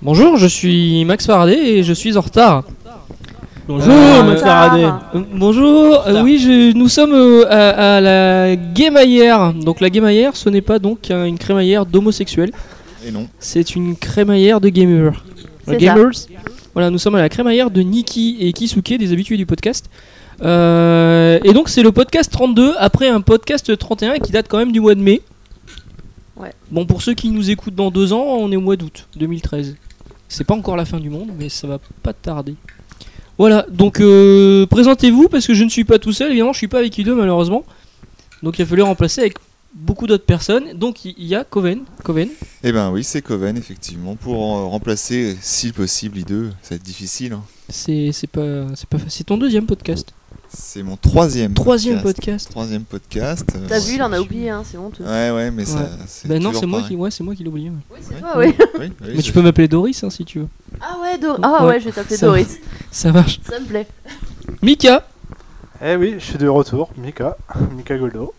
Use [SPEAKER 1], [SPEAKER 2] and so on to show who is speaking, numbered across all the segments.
[SPEAKER 1] Bonjour, je suis Max Faraday et je suis en retard.
[SPEAKER 2] Bonjour,
[SPEAKER 1] Euh,
[SPEAKER 2] Max Faraday.
[SPEAKER 1] Euh, Bonjour, euh, oui, je- nous sommes euh, à, à la Guémaillère. Donc la Guémaillère, ce n'est pas donc un- une crémaillère d'homosexuels,
[SPEAKER 3] Et non.
[SPEAKER 1] c'est une crémaillère de gamers. Euh,
[SPEAKER 4] C'est
[SPEAKER 1] gamers. Voilà, nous sommes à la crémaillère de Niki et Kisuke, des habitués du podcast. Euh, et donc c'est le podcast 32 après un podcast 31 qui date quand même du mois de mai.
[SPEAKER 4] Ouais.
[SPEAKER 1] Bon, pour ceux qui nous écoutent dans deux ans, on est au mois d'août 2013. C'est pas encore la fin du monde, mais ça va pas tarder. Voilà, donc euh, présentez-vous parce que je ne suis pas tout seul, évidemment, je suis pas avec Udo malheureusement. Donc il a fallu remplacer avec beaucoup d'autres personnes. Donc il y a Coven. Coven.
[SPEAKER 3] Eh ben oui, c'est Coven, effectivement, pour euh, remplacer, si possible, I2. Ça va être difficile. hein.
[SPEAKER 1] C'est c'est pas c'est pas facile. C'est ton deuxième podcast.
[SPEAKER 3] C'est mon troisième
[SPEAKER 1] Troisième
[SPEAKER 3] podcast.
[SPEAKER 1] podcast.
[SPEAKER 3] Troisième podcast. euh,
[SPEAKER 4] T'as
[SPEAKER 3] ouais.
[SPEAKER 4] vu, il en a oublié, hein, c'est honteux.
[SPEAKER 3] Ouais, ouais, mais ça.
[SPEAKER 1] Ben non,
[SPEAKER 3] toujours
[SPEAKER 1] c'est moi qui
[SPEAKER 3] pareil.
[SPEAKER 1] ouais, c'est moi qui l'ai oublié. ouais.
[SPEAKER 4] C'est toi, Ah, ouais.
[SPEAKER 3] Oui, oui,
[SPEAKER 1] Mais
[SPEAKER 3] je-
[SPEAKER 1] tu peux m'appeler Doris hein, si tu veux.
[SPEAKER 4] Ah ouais, Dor- ah ouais, je vais t'appeler
[SPEAKER 1] Ça-
[SPEAKER 4] Doris.
[SPEAKER 1] Ça marche.
[SPEAKER 4] Ça me plaît.
[SPEAKER 1] Mika.
[SPEAKER 2] Eh oui, je suis de retour, Mika, Mika Goldo.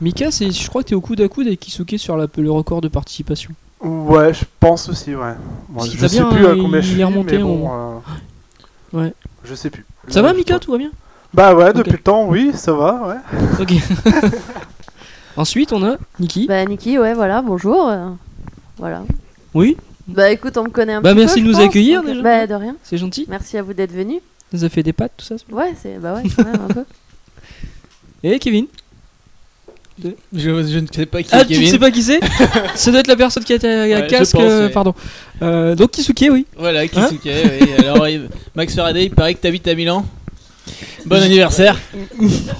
[SPEAKER 1] Mika, c'est je crois que t'es au coude à coude avec Kisuke sur la- le record de participation.
[SPEAKER 2] Ouais, je pense aussi, ouais. Bon,
[SPEAKER 1] Si
[SPEAKER 2] je
[SPEAKER 1] t'as
[SPEAKER 2] sais
[SPEAKER 1] bien,
[SPEAKER 2] plus à
[SPEAKER 1] il
[SPEAKER 2] combien je
[SPEAKER 1] est
[SPEAKER 2] suis,
[SPEAKER 1] remonté
[SPEAKER 2] mais bon,
[SPEAKER 1] en-
[SPEAKER 2] euh,
[SPEAKER 1] Ouais.
[SPEAKER 2] Je sais plus.
[SPEAKER 1] Ça va
[SPEAKER 2] Je-
[SPEAKER 1] Mika, tout va bien
[SPEAKER 2] Bah ouais, depuis
[SPEAKER 1] Ok.
[SPEAKER 2] le temps, oui, ça va, ouais.
[SPEAKER 1] OK. Ensuite, on a Niki.
[SPEAKER 4] Bah, Niki, ouais, voilà, bonjour. euh, Voilà.
[SPEAKER 1] Oui,
[SPEAKER 4] Bah, écoute, on me connaît un
[SPEAKER 1] Bah,
[SPEAKER 4] petit peu.
[SPEAKER 1] merci de
[SPEAKER 4] je
[SPEAKER 1] nous
[SPEAKER 4] pense,
[SPEAKER 1] accueillir,
[SPEAKER 4] donc,
[SPEAKER 1] déjà.
[SPEAKER 4] Bah, de rien.
[SPEAKER 1] c'est gentil.
[SPEAKER 4] Merci à vous d'être venus.
[SPEAKER 1] Ça nous a fait des pattes tout ça.
[SPEAKER 4] Ouais, c'est. Bah, ouais, quand même, un peu.
[SPEAKER 1] Et Eh, Kevin
[SPEAKER 5] Je, je ne sais pas qui
[SPEAKER 1] Ah,
[SPEAKER 5] est
[SPEAKER 1] tu ne
[SPEAKER 5] Kevin.
[SPEAKER 1] sais pas qui c'est Ça doit être la personne qui a ta- la
[SPEAKER 5] je
[SPEAKER 1] casque.
[SPEAKER 5] pense,
[SPEAKER 1] euh,
[SPEAKER 5] ouais.
[SPEAKER 1] Pardon. Euh, donc Kisuke, oui.
[SPEAKER 5] Voilà, qui
[SPEAKER 1] Hein
[SPEAKER 5] c'est qui est, oui. Alors, il- Max Faraday, il paraît que t'habites à Milan. Bon anniversaire.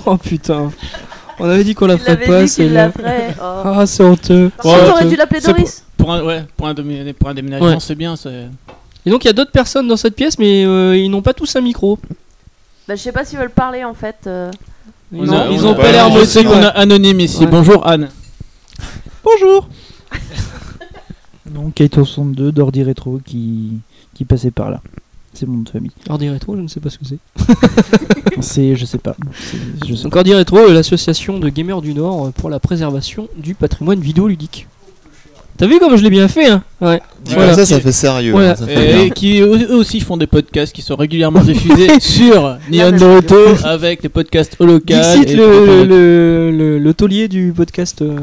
[SPEAKER 1] Oh putain. On avait dit qu'on la
[SPEAKER 4] Il
[SPEAKER 1] ferait
[SPEAKER 4] l'avait
[SPEAKER 1] pas,
[SPEAKER 4] dit qu'il
[SPEAKER 1] celle-là.
[SPEAKER 4] la ferait. Oh.
[SPEAKER 1] Ah, c'est honteux.
[SPEAKER 4] Par contre,
[SPEAKER 5] Ouais,
[SPEAKER 4] t'aurais
[SPEAKER 5] c'est-
[SPEAKER 4] dû l'appeler
[SPEAKER 5] c'est
[SPEAKER 4] Doris.
[SPEAKER 5] Pour un, ouais, pour un, domé- pour un déménagement,
[SPEAKER 1] Ouais.
[SPEAKER 5] c'est bien. c'est-
[SPEAKER 1] Et donc il y a d'autres personnes dans cette pièce, mais euh, ils n'ont pas tous un micro.
[SPEAKER 4] Bah, je sais pas s'ils veulent parler en fait. euh.
[SPEAKER 1] Ils
[SPEAKER 5] On
[SPEAKER 1] n'ont
[SPEAKER 5] a-
[SPEAKER 1] ils
[SPEAKER 5] on
[SPEAKER 1] ont
[SPEAKER 5] a-
[SPEAKER 1] pas l'air
[SPEAKER 5] Je sais
[SPEAKER 1] motivés.
[SPEAKER 5] qu'on a anonyme ici.
[SPEAKER 1] Ouais.
[SPEAKER 5] Bonjour Anne.
[SPEAKER 1] Bonjour.
[SPEAKER 6] Non, Kaito 62 d'Ordi Rétro qui, qui passait par là. C'est mon nom de famille.
[SPEAKER 1] Ordi Rétro, je ne sais pas ce que c'est.
[SPEAKER 6] C'est, je sais pas. C'est- Je sais
[SPEAKER 1] Donc Ordi Rétro, euh, l'association de gamers du Nord euh, pour la préservation du patrimoine vidéoludique. T'as vu comme je l'ai bien fait, hein Ouais.
[SPEAKER 3] Dit
[SPEAKER 1] Voilà.
[SPEAKER 3] comme ça, ça fait sérieux.
[SPEAKER 1] Voilà.
[SPEAKER 3] hein, ça fait
[SPEAKER 5] Et
[SPEAKER 3] bien.
[SPEAKER 5] qui au- eux aussi font des podcasts qui sont régulièrement diffusés sur Neon Naruto avec les podcasts au local.
[SPEAKER 1] Dixit,
[SPEAKER 5] et
[SPEAKER 1] le,
[SPEAKER 5] tout-
[SPEAKER 1] le, le, le taulier du podcast. euh.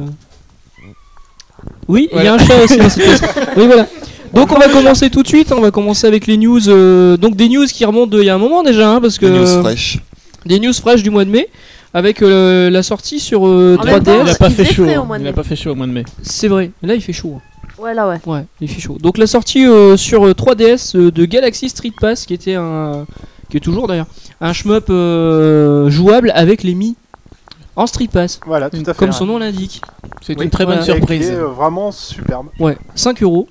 [SPEAKER 1] Oui, il y a un chat aussi dans cette pièce. Oui, voilà. Donc on va commencer tout de suite, hein, on va commencer avec les news, euh, donc des news qui remontent de- il y a un moment déjà, hein, parce que
[SPEAKER 3] News fraîche.
[SPEAKER 1] des news fraîches du mois de mai, avec euh, la sortie sur euh,
[SPEAKER 4] En même
[SPEAKER 1] 3D.
[SPEAKER 5] Il
[SPEAKER 4] temps,
[SPEAKER 5] a pas
[SPEAKER 4] il
[SPEAKER 5] fait
[SPEAKER 4] faisait
[SPEAKER 5] chaud.
[SPEAKER 4] frais au
[SPEAKER 5] hein.
[SPEAKER 4] mois de
[SPEAKER 5] Il a
[SPEAKER 4] mai.
[SPEAKER 5] pas fait chaud au mois de mai.
[SPEAKER 1] C'est vrai, là il fait chaud. hein.
[SPEAKER 4] Ouais, là, ouais.
[SPEAKER 1] Ouais, il fait chaud. Donc la sortie euh, sur euh, 3DS euh, de Galaxy Street Pass, qui était un, qui est toujours d'ailleurs un shmup euh, jouable avec les mi en Street Pass,
[SPEAKER 2] Voilà, tout à fait.
[SPEAKER 1] comme son
[SPEAKER 2] ouais.
[SPEAKER 1] nom l'indique.
[SPEAKER 5] C'est
[SPEAKER 2] Oui.
[SPEAKER 5] une très bonne
[SPEAKER 1] Voilà.
[SPEAKER 2] Et qui est,
[SPEAKER 5] surprise.
[SPEAKER 2] euh, vraiment superbe.
[SPEAKER 1] Ouais, 5 euros.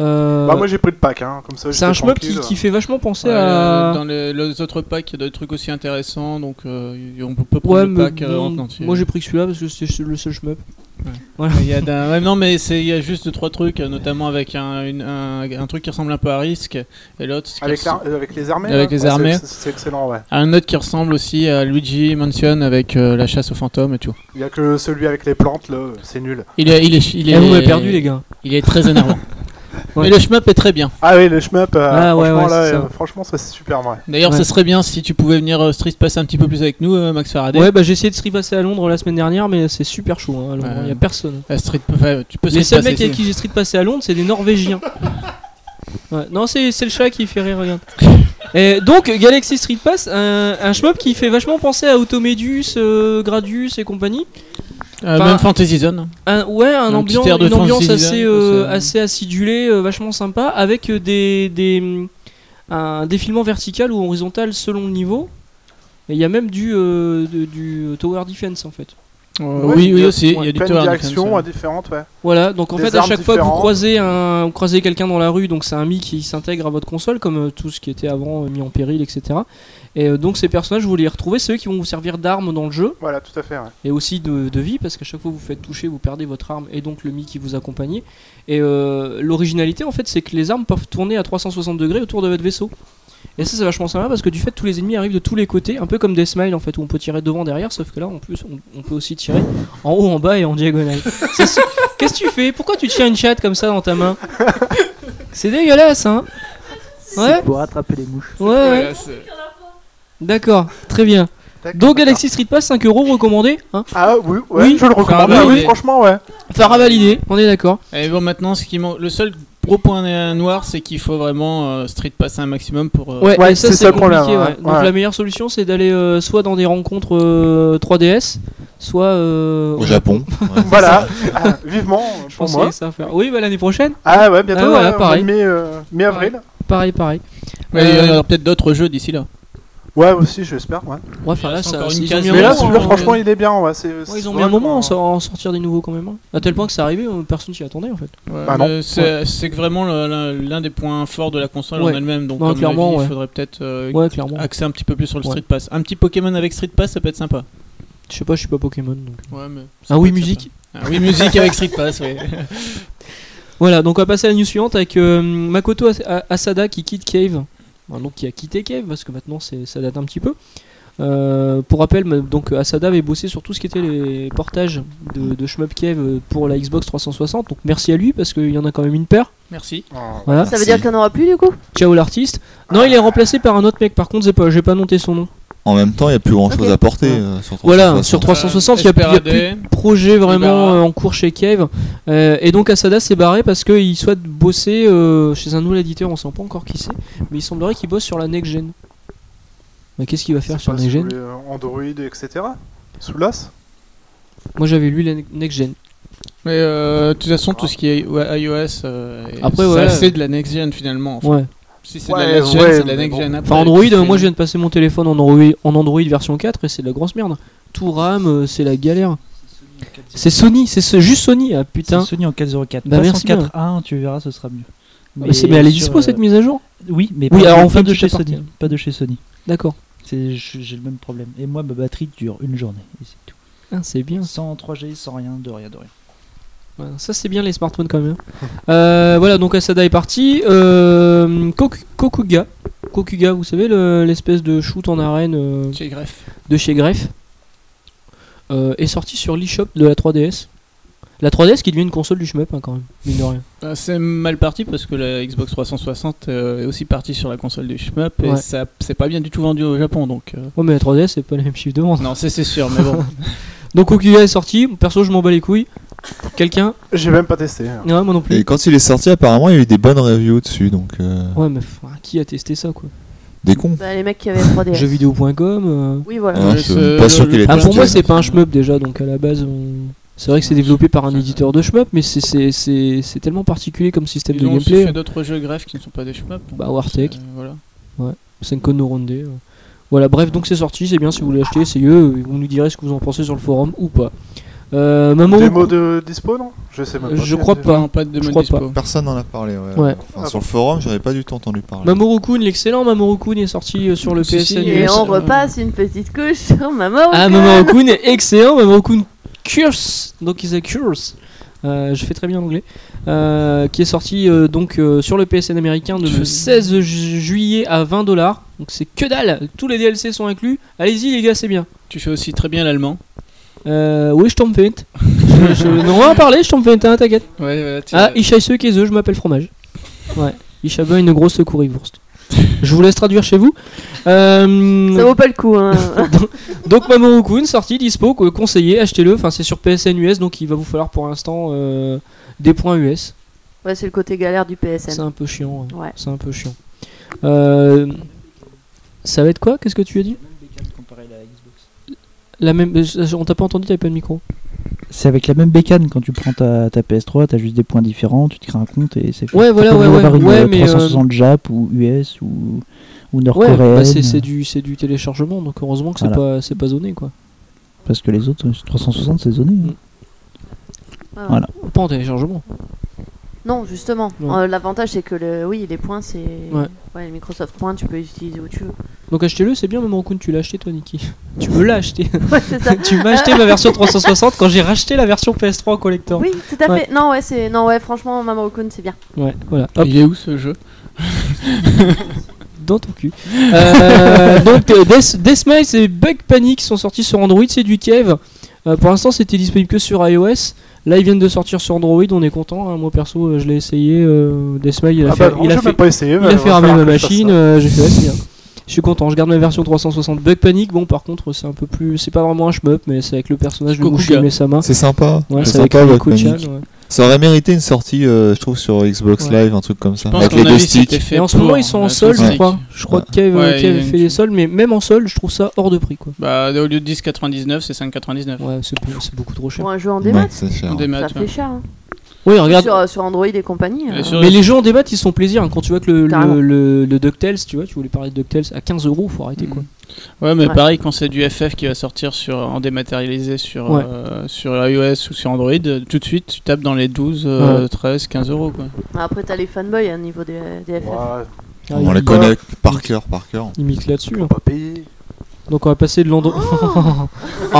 [SPEAKER 1] Euh,
[SPEAKER 2] Bah, moi j'ai pris le pack, hein, comme ça.
[SPEAKER 1] c'est
[SPEAKER 2] j'étais
[SPEAKER 1] un shmup qui,
[SPEAKER 2] tranquille. euh.
[SPEAKER 1] qui fait vachement penser
[SPEAKER 5] Ouais, euh,
[SPEAKER 1] à.
[SPEAKER 5] Dans les, les autres packs, il y a des trucs aussi intéressants, donc euh, y- on peut prendre
[SPEAKER 1] Ouais,
[SPEAKER 5] le
[SPEAKER 1] mais
[SPEAKER 5] pack euh,
[SPEAKER 1] bon,
[SPEAKER 5] en entier.
[SPEAKER 1] moi j'ai pris que celui-là parce que c'est le seul shmup.
[SPEAKER 5] Il y a d'un- ouais, non, mais c'est- il y a juste deux, trois trucs, euh, notamment avec un, une- un, un truc qui ressemble un peu à Risk, et l'autre qui
[SPEAKER 2] Avec, la-
[SPEAKER 5] ressemble-
[SPEAKER 2] euh, avec les armées.
[SPEAKER 5] Avec
[SPEAKER 2] là.
[SPEAKER 5] les
[SPEAKER 2] Ouais, c'est-
[SPEAKER 5] armées.
[SPEAKER 2] c'est- C'est excellent, ouais.
[SPEAKER 5] un autre qui ressemble aussi à Luigi Mansion avec euh, la chasse aux fantômes et tout.
[SPEAKER 2] Il y a que celui avec les plantes, là, c'est nul.
[SPEAKER 5] Il est, il est, il
[SPEAKER 1] Et
[SPEAKER 5] est,
[SPEAKER 1] Ah, vous m'avez perdu les gars.
[SPEAKER 5] Il est très énervant.
[SPEAKER 1] Ouais.
[SPEAKER 5] Mais le shmup est très bien.
[SPEAKER 2] Ah oui, le shmup, euh,
[SPEAKER 1] Ah, ouais,
[SPEAKER 2] franchement,
[SPEAKER 1] ouais,
[SPEAKER 2] là,
[SPEAKER 1] c'est
[SPEAKER 2] euh,
[SPEAKER 1] ça.
[SPEAKER 2] franchement, ça c'est super, ouais.
[SPEAKER 5] D'ailleurs,
[SPEAKER 1] Ouais.
[SPEAKER 5] ça serait bien si tu pouvais venir euh, Street Pass un petit peu plus avec nous, euh, Max Faraday.
[SPEAKER 1] Ouais, bah j'ai essayé de street passer à Londres la semaine dernière, mais c'est super chaud. Hein, à Londres.
[SPEAKER 5] Ouais.
[SPEAKER 1] Il y a personne.
[SPEAKER 5] Euh, Street, enfin, tu peux
[SPEAKER 1] Les
[SPEAKER 5] Street
[SPEAKER 1] seuls
[SPEAKER 5] Passer
[SPEAKER 1] mecs avec
[SPEAKER 5] ici.
[SPEAKER 1] qui j'ai street passé à Londres, c'est des Norvégiens. Ouais, Non, c'est c'est le chat qui fait rire, regarde. Et donc, Galaxy Street Pass, un, un shmup qui fait vachement penser à Automedus, euh, Gradius et compagnie.
[SPEAKER 5] Euh,
[SPEAKER 1] Enfin,
[SPEAKER 5] même Fantasy Zone.
[SPEAKER 1] Un- ouais, un
[SPEAKER 5] Un
[SPEAKER 1] ambiance,
[SPEAKER 5] petit air de
[SPEAKER 1] une ambiance
[SPEAKER 5] transition,
[SPEAKER 1] assez, euh,
[SPEAKER 5] ça-
[SPEAKER 1] assez acidulée, euh, vachement sympa, avec euh, des, des, hum, un défilement vertical ou horizontal selon le niveau. Et il y a même du, euh, de- du tower defense en fait.
[SPEAKER 5] Euh,
[SPEAKER 2] Ouais,
[SPEAKER 5] oui, oui,
[SPEAKER 2] il y a-
[SPEAKER 5] aussi. Il y a du
[SPEAKER 2] Plein de
[SPEAKER 5] tower
[SPEAKER 1] hein.
[SPEAKER 2] directions
[SPEAKER 5] defense,
[SPEAKER 2] euh, différentes, ouais.
[SPEAKER 1] Voilà, donc en
[SPEAKER 2] Des
[SPEAKER 1] fait à
[SPEAKER 2] armes
[SPEAKER 1] chaque fois que vous
[SPEAKER 2] différentes.
[SPEAKER 1] croisez, un, vous croisez quelqu'un dans la rue, donc c'est un mi qui s'intègre à votre console, comme euh, tout ce qui était avant euh, mis en péril, etc. Et euh, donc ces personnages, vous les retrouvez, c'est eux qui vont vous servir d'armes dans le jeu,
[SPEAKER 2] Voilà, tout à fait, ouais.
[SPEAKER 1] et aussi de, de vie, parce qu'à chaque fois que vous faites toucher, vous perdez votre arme, et donc le mi qui vous accompagne. Et euh, l'originalité en fait, c'est que les armes peuvent tourner à 360 degrés autour de votre vaisseau. Et ça c'est vachement sympa parce que du fait tous les ennemis arrivent de tous les côtés, un peu comme des smiles en fait où on peut tirer devant derrière, sauf que là en plus on, on peut aussi tirer en haut, en bas et en diagonale. C'est su- Qu'est-ce que tu fais Pourquoi tu tiens une chatte comme ça dans ta main C'est dégueulasse, hein Ouais,
[SPEAKER 6] C'est pour attraper les mouches.
[SPEAKER 1] ouais, ouais.
[SPEAKER 5] Voilà, c'est-
[SPEAKER 1] D'accord, très bien. Donc Galaxy Street Pass, 5 euros recommandé. Hein.
[SPEAKER 2] Ah oui, ouais,
[SPEAKER 1] Oui.
[SPEAKER 2] je le recommande.
[SPEAKER 5] bah,
[SPEAKER 2] Ah oui,
[SPEAKER 5] mais-
[SPEAKER 2] franchement, ouais.
[SPEAKER 1] Faire à valider, on est d'accord.
[SPEAKER 5] Et bon, maintenant, ce qui manque- le seul gros point euh, noir, c'est qu'il faut vraiment euh, street passer un maximum pour. euh,
[SPEAKER 1] Ouais,
[SPEAKER 2] Ouais,
[SPEAKER 1] et ça
[SPEAKER 2] c'est
[SPEAKER 1] c'est
[SPEAKER 2] ça le
[SPEAKER 1] compliqué.
[SPEAKER 2] problème,
[SPEAKER 1] ouais.
[SPEAKER 2] ouais.
[SPEAKER 1] Donc
[SPEAKER 2] Ouais.
[SPEAKER 1] la meilleure solution, c'est d'aller euh, soit dans des rencontres euh, 3DS, soit euh,
[SPEAKER 3] Au Japon. ouais.
[SPEAKER 2] Voilà, Ah, vivement
[SPEAKER 1] Je
[SPEAKER 2] pour
[SPEAKER 1] pense
[SPEAKER 2] moi.
[SPEAKER 1] que ça va faire. Oui, bah, l'année prochaine.
[SPEAKER 2] Ah ouais, bientôt,
[SPEAKER 1] Ah, voilà,
[SPEAKER 2] ouais, au mois
[SPEAKER 1] pareil.
[SPEAKER 2] de mai, euh, mi-avril.
[SPEAKER 1] Pareil, pareil.
[SPEAKER 5] ouais, Il y
[SPEAKER 1] Euh,
[SPEAKER 5] aura peut-être d'autres jeux d'ici là.
[SPEAKER 2] Ouais, aussi, j'espère. Ouais.
[SPEAKER 1] Ouais, enfin
[SPEAKER 5] Il
[SPEAKER 1] là,
[SPEAKER 5] reste
[SPEAKER 1] ça,
[SPEAKER 5] encore une
[SPEAKER 1] ils ont
[SPEAKER 5] case
[SPEAKER 1] mis un
[SPEAKER 2] Mais là,
[SPEAKER 1] moment,
[SPEAKER 2] celui-là,
[SPEAKER 1] hein.
[SPEAKER 2] franchement, il est bien. Ouais, c'est,
[SPEAKER 1] Ouais,
[SPEAKER 2] c'est euh,
[SPEAKER 1] ils ont mis
[SPEAKER 2] vraiment-
[SPEAKER 1] un moment hein. à en sor- à en sortir des nouveaux quand même. hein. À tel point que ça arrivait, euh, personne s'y attendait en fait.
[SPEAKER 5] Ouais,
[SPEAKER 2] Bah non.
[SPEAKER 5] mais C'est c'est que vraiment le- le- l'un des points forts de la console
[SPEAKER 1] Ouais.
[SPEAKER 5] en elle-même. Donc,
[SPEAKER 1] Non,
[SPEAKER 5] à mon
[SPEAKER 1] clairement,
[SPEAKER 5] avis,
[SPEAKER 1] ouais.
[SPEAKER 5] il faudrait peut-être euh,
[SPEAKER 1] Ouais, clairement.
[SPEAKER 5] axer un petit peu plus sur le
[SPEAKER 1] Ouais.
[SPEAKER 5] Street Pass. Un petit Pokémon avec Street Pass, ça peut être sympa.
[SPEAKER 1] Je sais pas, je suis pas Pokémon donc.
[SPEAKER 5] Ouais, mais
[SPEAKER 1] Ah
[SPEAKER 5] ça peut
[SPEAKER 1] oui,
[SPEAKER 5] être
[SPEAKER 1] musique.
[SPEAKER 5] sympa. Un oui, musique avec Street Pass, oui.
[SPEAKER 1] Voilà, donc on va passer à la news suivante avec euh, Makoto As- A- Asada qui quitte Cave. Enfin, donc qui a quitté Cave parce que maintenant c'est- ça date un petit peu. Euh, pour rappel, ma- donc Asada avait bossé sur tout ce qui était les portages de, de Shmup Cave euh, pour la Xbox 360. Donc merci à lui parce qu'il y en a quand même une paire.
[SPEAKER 5] Merci.
[SPEAKER 2] Ah,
[SPEAKER 1] Voilà.
[SPEAKER 4] Ça
[SPEAKER 3] Merci.
[SPEAKER 4] veut dire qu'il n'y en aura plus du coup
[SPEAKER 1] Ciao l'artiste. Non, il est remplacé par un autre mec. Par contre, j'ai pas, j'ai pas noté son nom.
[SPEAKER 3] En même temps, il n'y a plus grand chose
[SPEAKER 4] Ok.
[SPEAKER 3] à porter euh, sur 360.
[SPEAKER 1] Voilà, sur 360, il y a- il y a plus
[SPEAKER 5] Euh, Esperade.
[SPEAKER 1] projet vraiment
[SPEAKER 5] Ibarra.
[SPEAKER 1] euh, en cours chez Cave. Euh, et donc Asada s'est barré parce qu'il souhaite bosser euh, chez un nouvel éditeur, on sait pas encore qui c'est, mais il semblerait qu'il bosse sur la next gen. Mais qu'est-ce qu'il va faire
[SPEAKER 2] c'est
[SPEAKER 1] sur
[SPEAKER 2] pas
[SPEAKER 1] la next
[SPEAKER 2] sous
[SPEAKER 1] gen
[SPEAKER 2] les, euh, Android, etc. Sous l'as
[SPEAKER 1] Moi j'avais lu la ne- next gen.
[SPEAKER 5] Mais euh, de toute façon, tout ce qui est ouais, iOS, euh, et
[SPEAKER 1] Après,
[SPEAKER 5] ça
[SPEAKER 1] voilà.
[SPEAKER 5] c'est de la next gen finalement. Enfin,
[SPEAKER 1] Ouais.
[SPEAKER 5] Si c'est de
[SPEAKER 2] Ouais,
[SPEAKER 5] la next gen,
[SPEAKER 2] ouais,
[SPEAKER 5] c'est de la
[SPEAKER 2] mais
[SPEAKER 5] next
[SPEAKER 2] bon.
[SPEAKER 5] gen.
[SPEAKER 1] Enfin
[SPEAKER 5] Après,
[SPEAKER 1] Android,
[SPEAKER 5] si
[SPEAKER 1] euh,
[SPEAKER 5] c'est-
[SPEAKER 1] moi je viens de passer mon téléphone en Android, en Android version 4 et c'est de la grosse merde. Tout RAM, euh, c'est la galère. C'est Sony, c'est ce- juste Sony, ah putain.
[SPEAKER 6] C'est Sony en 404.
[SPEAKER 1] Bah,
[SPEAKER 6] Pas
[SPEAKER 1] merci
[SPEAKER 6] 4.1, tu verras, ce sera mieux.
[SPEAKER 1] Mais, Ah, bah, c'est- mais elle est
[SPEAKER 6] sur,
[SPEAKER 1] dispo
[SPEAKER 6] euh,
[SPEAKER 1] cette mise à jour
[SPEAKER 6] Oui, mais
[SPEAKER 1] Oui,
[SPEAKER 6] pas,
[SPEAKER 1] alors,
[SPEAKER 6] pas
[SPEAKER 1] on fait une
[SPEAKER 6] de chez
[SPEAKER 1] petite
[SPEAKER 6] Sony.
[SPEAKER 1] partie.
[SPEAKER 6] Pas de chez Sony.
[SPEAKER 1] D'accord.
[SPEAKER 6] C'est- je- J'ai le même problème. Et moi, ma batterie dure une journée. Et c'est tout.
[SPEAKER 1] Ah, c'est bien.
[SPEAKER 6] Sans 3G, sans rien, de rien, de rien.
[SPEAKER 1] Ouais, Ça c'est bien les smartphones quand même. Euh, voilà donc Asada est parti. Euh, Koku- Kokuga, Kokuga, vous savez le- l'espèce de shoot en arène euh,
[SPEAKER 5] Chez Greff.
[SPEAKER 1] de chez Greff euh, est sorti sur l'eShop de la 3DS. La 3DS qui devient une console du shmup hein, quand même, mine de rien.
[SPEAKER 5] Bah, c'est mal parti parce que la Xbox 360 euh, est aussi partie sur la console du shmup et
[SPEAKER 1] Ouais.
[SPEAKER 5] ça c'est pas bien du tout vendu au Japon donc. euh,
[SPEAKER 1] Ouais mais la 3DS c'est pas les mêmes chiffres de vente.
[SPEAKER 5] Non, c'est c'est sûr, mais bon.
[SPEAKER 1] Donc Kokuga est sorti. Perso je m'en bats les couilles. Quelqu'un
[SPEAKER 2] J'ai même pas testé. hein.
[SPEAKER 1] Non moi non plus.
[SPEAKER 3] Et quand il est sorti, apparemment, il y a eu des bonnes reviews dessus, donc euh,
[SPEAKER 1] Ouais mais pff, qui a testé ça quoi
[SPEAKER 3] des cons.
[SPEAKER 4] Bah, Les mecs qui avaient 3D.
[SPEAKER 1] Jeuxvideo.com. euh.
[SPEAKER 4] Oui, voilà.
[SPEAKER 3] Ah, je suis pas
[SPEAKER 5] euh,
[SPEAKER 3] sûr qu'il ait
[SPEAKER 1] Ah,
[SPEAKER 3] testé.
[SPEAKER 1] pour moi, c'est pas un shmup déjà, donc à la base, on- c'est vrai que c'est développé par un éditeur de shmup, mais c'est- c'est- c'est c'est tellement particulier comme système
[SPEAKER 5] Ils
[SPEAKER 1] de
[SPEAKER 5] ont aussi
[SPEAKER 1] gameplay.
[SPEAKER 5] fait d'autres jeux Greff qui ne sont pas des shmup. donc,
[SPEAKER 1] Bah, Wartech.
[SPEAKER 5] euh, voilà.
[SPEAKER 1] Senko no Ronde. euh. Voilà, bref, donc c'est sorti, c'est bien si vous voulez acheter, essayez, euh, vous nous direz ce que vous en pensez sur le forum ou pas. Euh, Mamoru-
[SPEAKER 2] Démo de dispo, non Je sais même
[SPEAKER 1] Euh,
[SPEAKER 2] pas.
[SPEAKER 1] je
[SPEAKER 2] si
[SPEAKER 1] crois
[SPEAKER 2] elle-
[SPEAKER 1] Pas.
[SPEAKER 5] Pas, pas de
[SPEAKER 1] Je
[SPEAKER 5] mode
[SPEAKER 1] crois
[SPEAKER 5] dispo.
[SPEAKER 1] pas.
[SPEAKER 3] Personne n'en a parlé. Ouais.
[SPEAKER 1] Ouais.
[SPEAKER 3] Enfin, sur le forum, j'avais pas du tout entendu parler.
[SPEAKER 1] Mamoru Kun, l'excellent Mamoru Kun est sorti euh, sur le
[SPEAKER 5] Si,
[SPEAKER 1] PSN.
[SPEAKER 5] si,
[SPEAKER 4] Et
[SPEAKER 5] Mais
[SPEAKER 1] US.
[SPEAKER 5] ça-
[SPEAKER 4] on repasse une petite couche sur Maman.
[SPEAKER 1] Ah, Mamoru Kun est excellent, Mamoru Kun Curse, donc is a curse. Euh, je fais très bien l'anglais. Euh, qui est sorti euh, donc euh, sur le PSN américain de le
[SPEAKER 5] Tu-
[SPEAKER 1] 16 ju- juillet à 20 dollars. Donc c'est que dalle, tous les DLC sont inclus. Allez-y les gars, c'est bien.
[SPEAKER 5] Tu fais aussi très bien l'allemand.
[SPEAKER 1] Euh, oui, je tombe feinte. Je- je- non, on va en parler, je tombe feinte, hein, t'inquiète.
[SPEAKER 5] Ouais, voilà, tu-
[SPEAKER 1] Ah, ich heiße Käse, je m'appelle fromage. Ouais, ich habe une grosse currywurst. Je vous laisse traduire chez vous. Euh,
[SPEAKER 4] Ça vaut pas le coup. Hein.
[SPEAKER 1] Donc Mamoru Kun, sorti, dispo, co- conseillé, achetez-le. Enfin, c'est sur PSN US, donc il va vous falloir pour l'instant euh, des points US.
[SPEAKER 4] ouais, c'est le côté galère du
[SPEAKER 1] C'est
[SPEAKER 4] PSN.
[SPEAKER 1] un peu chiant. hein.
[SPEAKER 4] Ouais.
[SPEAKER 1] C'est un peu chiant. Euh, ça va être quoi Qu'est-ce que tu as dit La même. euh, On t'a pas entendu, t'avais pas de micro.
[SPEAKER 6] C'est avec la même bécane quand tu prends ta, ta PS3, t'as juste des points différents, tu te crées un compte et c'est fait.
[SPEAKER 1] Ouais, voilà,
[SPEAKER 6] T'as pas
[SPEAKER 1] ouais,
[SPEAKER 6] besoin
[SPEAKER 1] ouais,
[SPEAKER 6] d'avoir une
[SPEAKER 1] ouais,
[SPEAKER 6] euh,
[SPEAKER 1] mais,
[SPEAKER 6] 360 Jap ou US ou, ou
[SPEAKER 1] Ouais,
[SPEAKER 6] Nord-Coréenne.
[SPEAKER 1] bah, c'est c'est du, c'est du téléchargement, donc heureusement que c'est
[SPEAKER 6] Voilà.
[SPEAKER 1] pas, c'est pas zoné quoi.
[SPEAKER 6] Parce que les autres, euh, 360, c'est zoné. hein.
[SPEAKER 4] Ah.
[SPEAKER 6] Voilà.
[SPEAKER 1] Pas en téléchargement.
[SPEAKER 4] Non, justement.
[SPEAKER 1] Non.
[SPEAKER 4] Euh, L'avantage, c'est que le... oui, les points, c'est.
[SPEAKER 1] Ouais.
[SPEAKER 4] Ouais, les Microsoft Points, tu peux les utiliser où tu veux.
[SPEAKER 1] Donc achetez-le, c'est bien, Mamoru Kun, tu l'as acheté toi, Niki. Tu me l'as acheté.
[SPEAKER 4] Ouais, c'est ça.
[SPEAKER 1] tu m'as acheté ma version 360 quand j'ai racheté la version PS3 en collector.
[SPEAKER 4] Oui, tout à fait.
[SPEAKER 1] Ouais.
[SPEAKER 4] Non, ouais, c'est non, ouais, franchement, Mamoru Kun, c'est bien.
[SPEAKER 1] Ouais, voilà. Hop.
[SPEAKER 5] Il est où ce jeu
[SPEAKER 1] dans ton cul. Euh, donc euh, Death, Deathmise et Bug Panic sont sortis sur Android, c'est du Kev. Euh, pour l'instant, c'était disponible que sur iOS. Là, ils viennent de sortir sur Android, on est content. hein. Moi, perso, euh, je l'ai essayé. euh, Desmail, il a
[SPEAKER 2] Ah
[SPEAKER 1] fait,
[SPEAKER 2] bah,
[SPEAKER 1] il a
[SPEAKER 2] j'ai
[SPEAKER 1] fait-
[SPEAKER 2] même pas essayé.
[SPEAKER 1] il a fait ramer ma machine. euh, j'ai fait ouais, c'est bien. Je suis content. Je garde ma version 360. Bug Panic, bon, par contre, c'est un peu plus. C'est pas vraiment un shmup, mais c'est avec le personnage de Mushi
[SPEAKER 5] Kokuga.
[SPEAKER 1] Mesama.
[SPEAKER 3] C'est sympa.
[SPEAKER 1] Ouais,
[SPEAKER 3] c'est
[SPEAKER 1] c'est avec
[SPEAKER 3] sympa, votre
[SPEAKER 1] Kokuchan,
[SPEAKER 3] panique.
[SPEAKER 1] ouais.
[SPEAKER 3] Ça aurait mérité une sortie, euh, je trouve, sur Xbox
[SPEAKER 1] Ouais.
[SPEAKER 3] Live, un truc comme ça.
[SPEAKER 5] Je pense
[SPEAKER 3] Avec
[SPEAKER 5] qu'à
[SPEAKER 3] les
[SPEAKER 5] mon
[SPEAKER 3] deux
[SPEAKER 5] avis,
[SPEAKER 3] sticks.
[SPEAKER 5] c'était fait
[SPEAKER 1] Et en ce moment,
[SPEAKER 5] pour,
[SPEAKER 1] ils sont
[SPEAKER 5] euh,
[SPEAKER 1] en
[SPEAKER 5] sur
[SPEAKER 1] solde, je
[SPEAKER 5] stick.
[SPEAKER 1] crois. Je crois
[SPEAKER 3] Ouais.
[SPEAKER 1] que Cave,
[SPEAKER 5] Ouais,
[SPEAKER 1] Cave
[SPEAKER 5] il y a
[SPEAKER 1] fait
[SPEAKER 5] une-
[SPEAKER 1] des soldes, mais même en solde, je trouve ça hors de prix, quoi.
[SPEAKER 5] Bah, au lieu de 10,99, c'est 5,99.
[SPEAKER 1] Ouais, c'est peu- c'est beaucoup trop cher.
[SPEAKER 4] Pour un jeu en
[SPEAKER 3] Ouais,
[SPEAKER 4] démat,
[SPEAKER 3] c'est cher.
[SPEAKER 5] En démat,
[SPEAKER 4] ça
[SPEAKER 5] ouais.
[SPEAKER 4] fait cher. hein.
[SPEAKER 1] Oui, regarde.
[SPEAKER 4] Sur, sur Android et compagnie.
[SPEAKER 5] Et
[SPEAKER 4] euh,
[SPEAKER 5] sur-
[SPEAKER 1] Mais les jeux en débat, ils sont plaisir. hein. Quand tu vois que le,
[SPEAKER 4] Carrément.
[SPEAKER 1] le, le- le DuckTales, tu vois, tu voulais parler de DuckTales à 15 euros, faut arrêter
[SPEAKER 3] Mm.
[SPEAKER 1] quoi.
[SPEAKER 5] Mm. Ouais, mais
[SPEAKER 4] Ouais.
[SPEAKER 5] pareil, quand c'est du FF qui va sortir sur, en dématérialisé sur,
[SPEAKER 1] Ouais.
[SPEAKER 5] euh, sur iOS ou sur Android, euh, tout de suite, tu tapes dans les 12, euh, 13, 15 euros. Quoi.
[SPEAKER 4] Après, t'as les fanboys hein, au niveau des, des FF.
[SPEAKER 1] Ah,
[SPEAKER 3] On
[SPEAKER 1] il-
[SPEAKER 3] la connaît par cœur, par cœur.
[SPEAKER 1] Il mixe là-dessus. hein.
[SPEAKER 2] pas payé.
[SPEAKER 1] Donc on va passer de l'Android. Oh,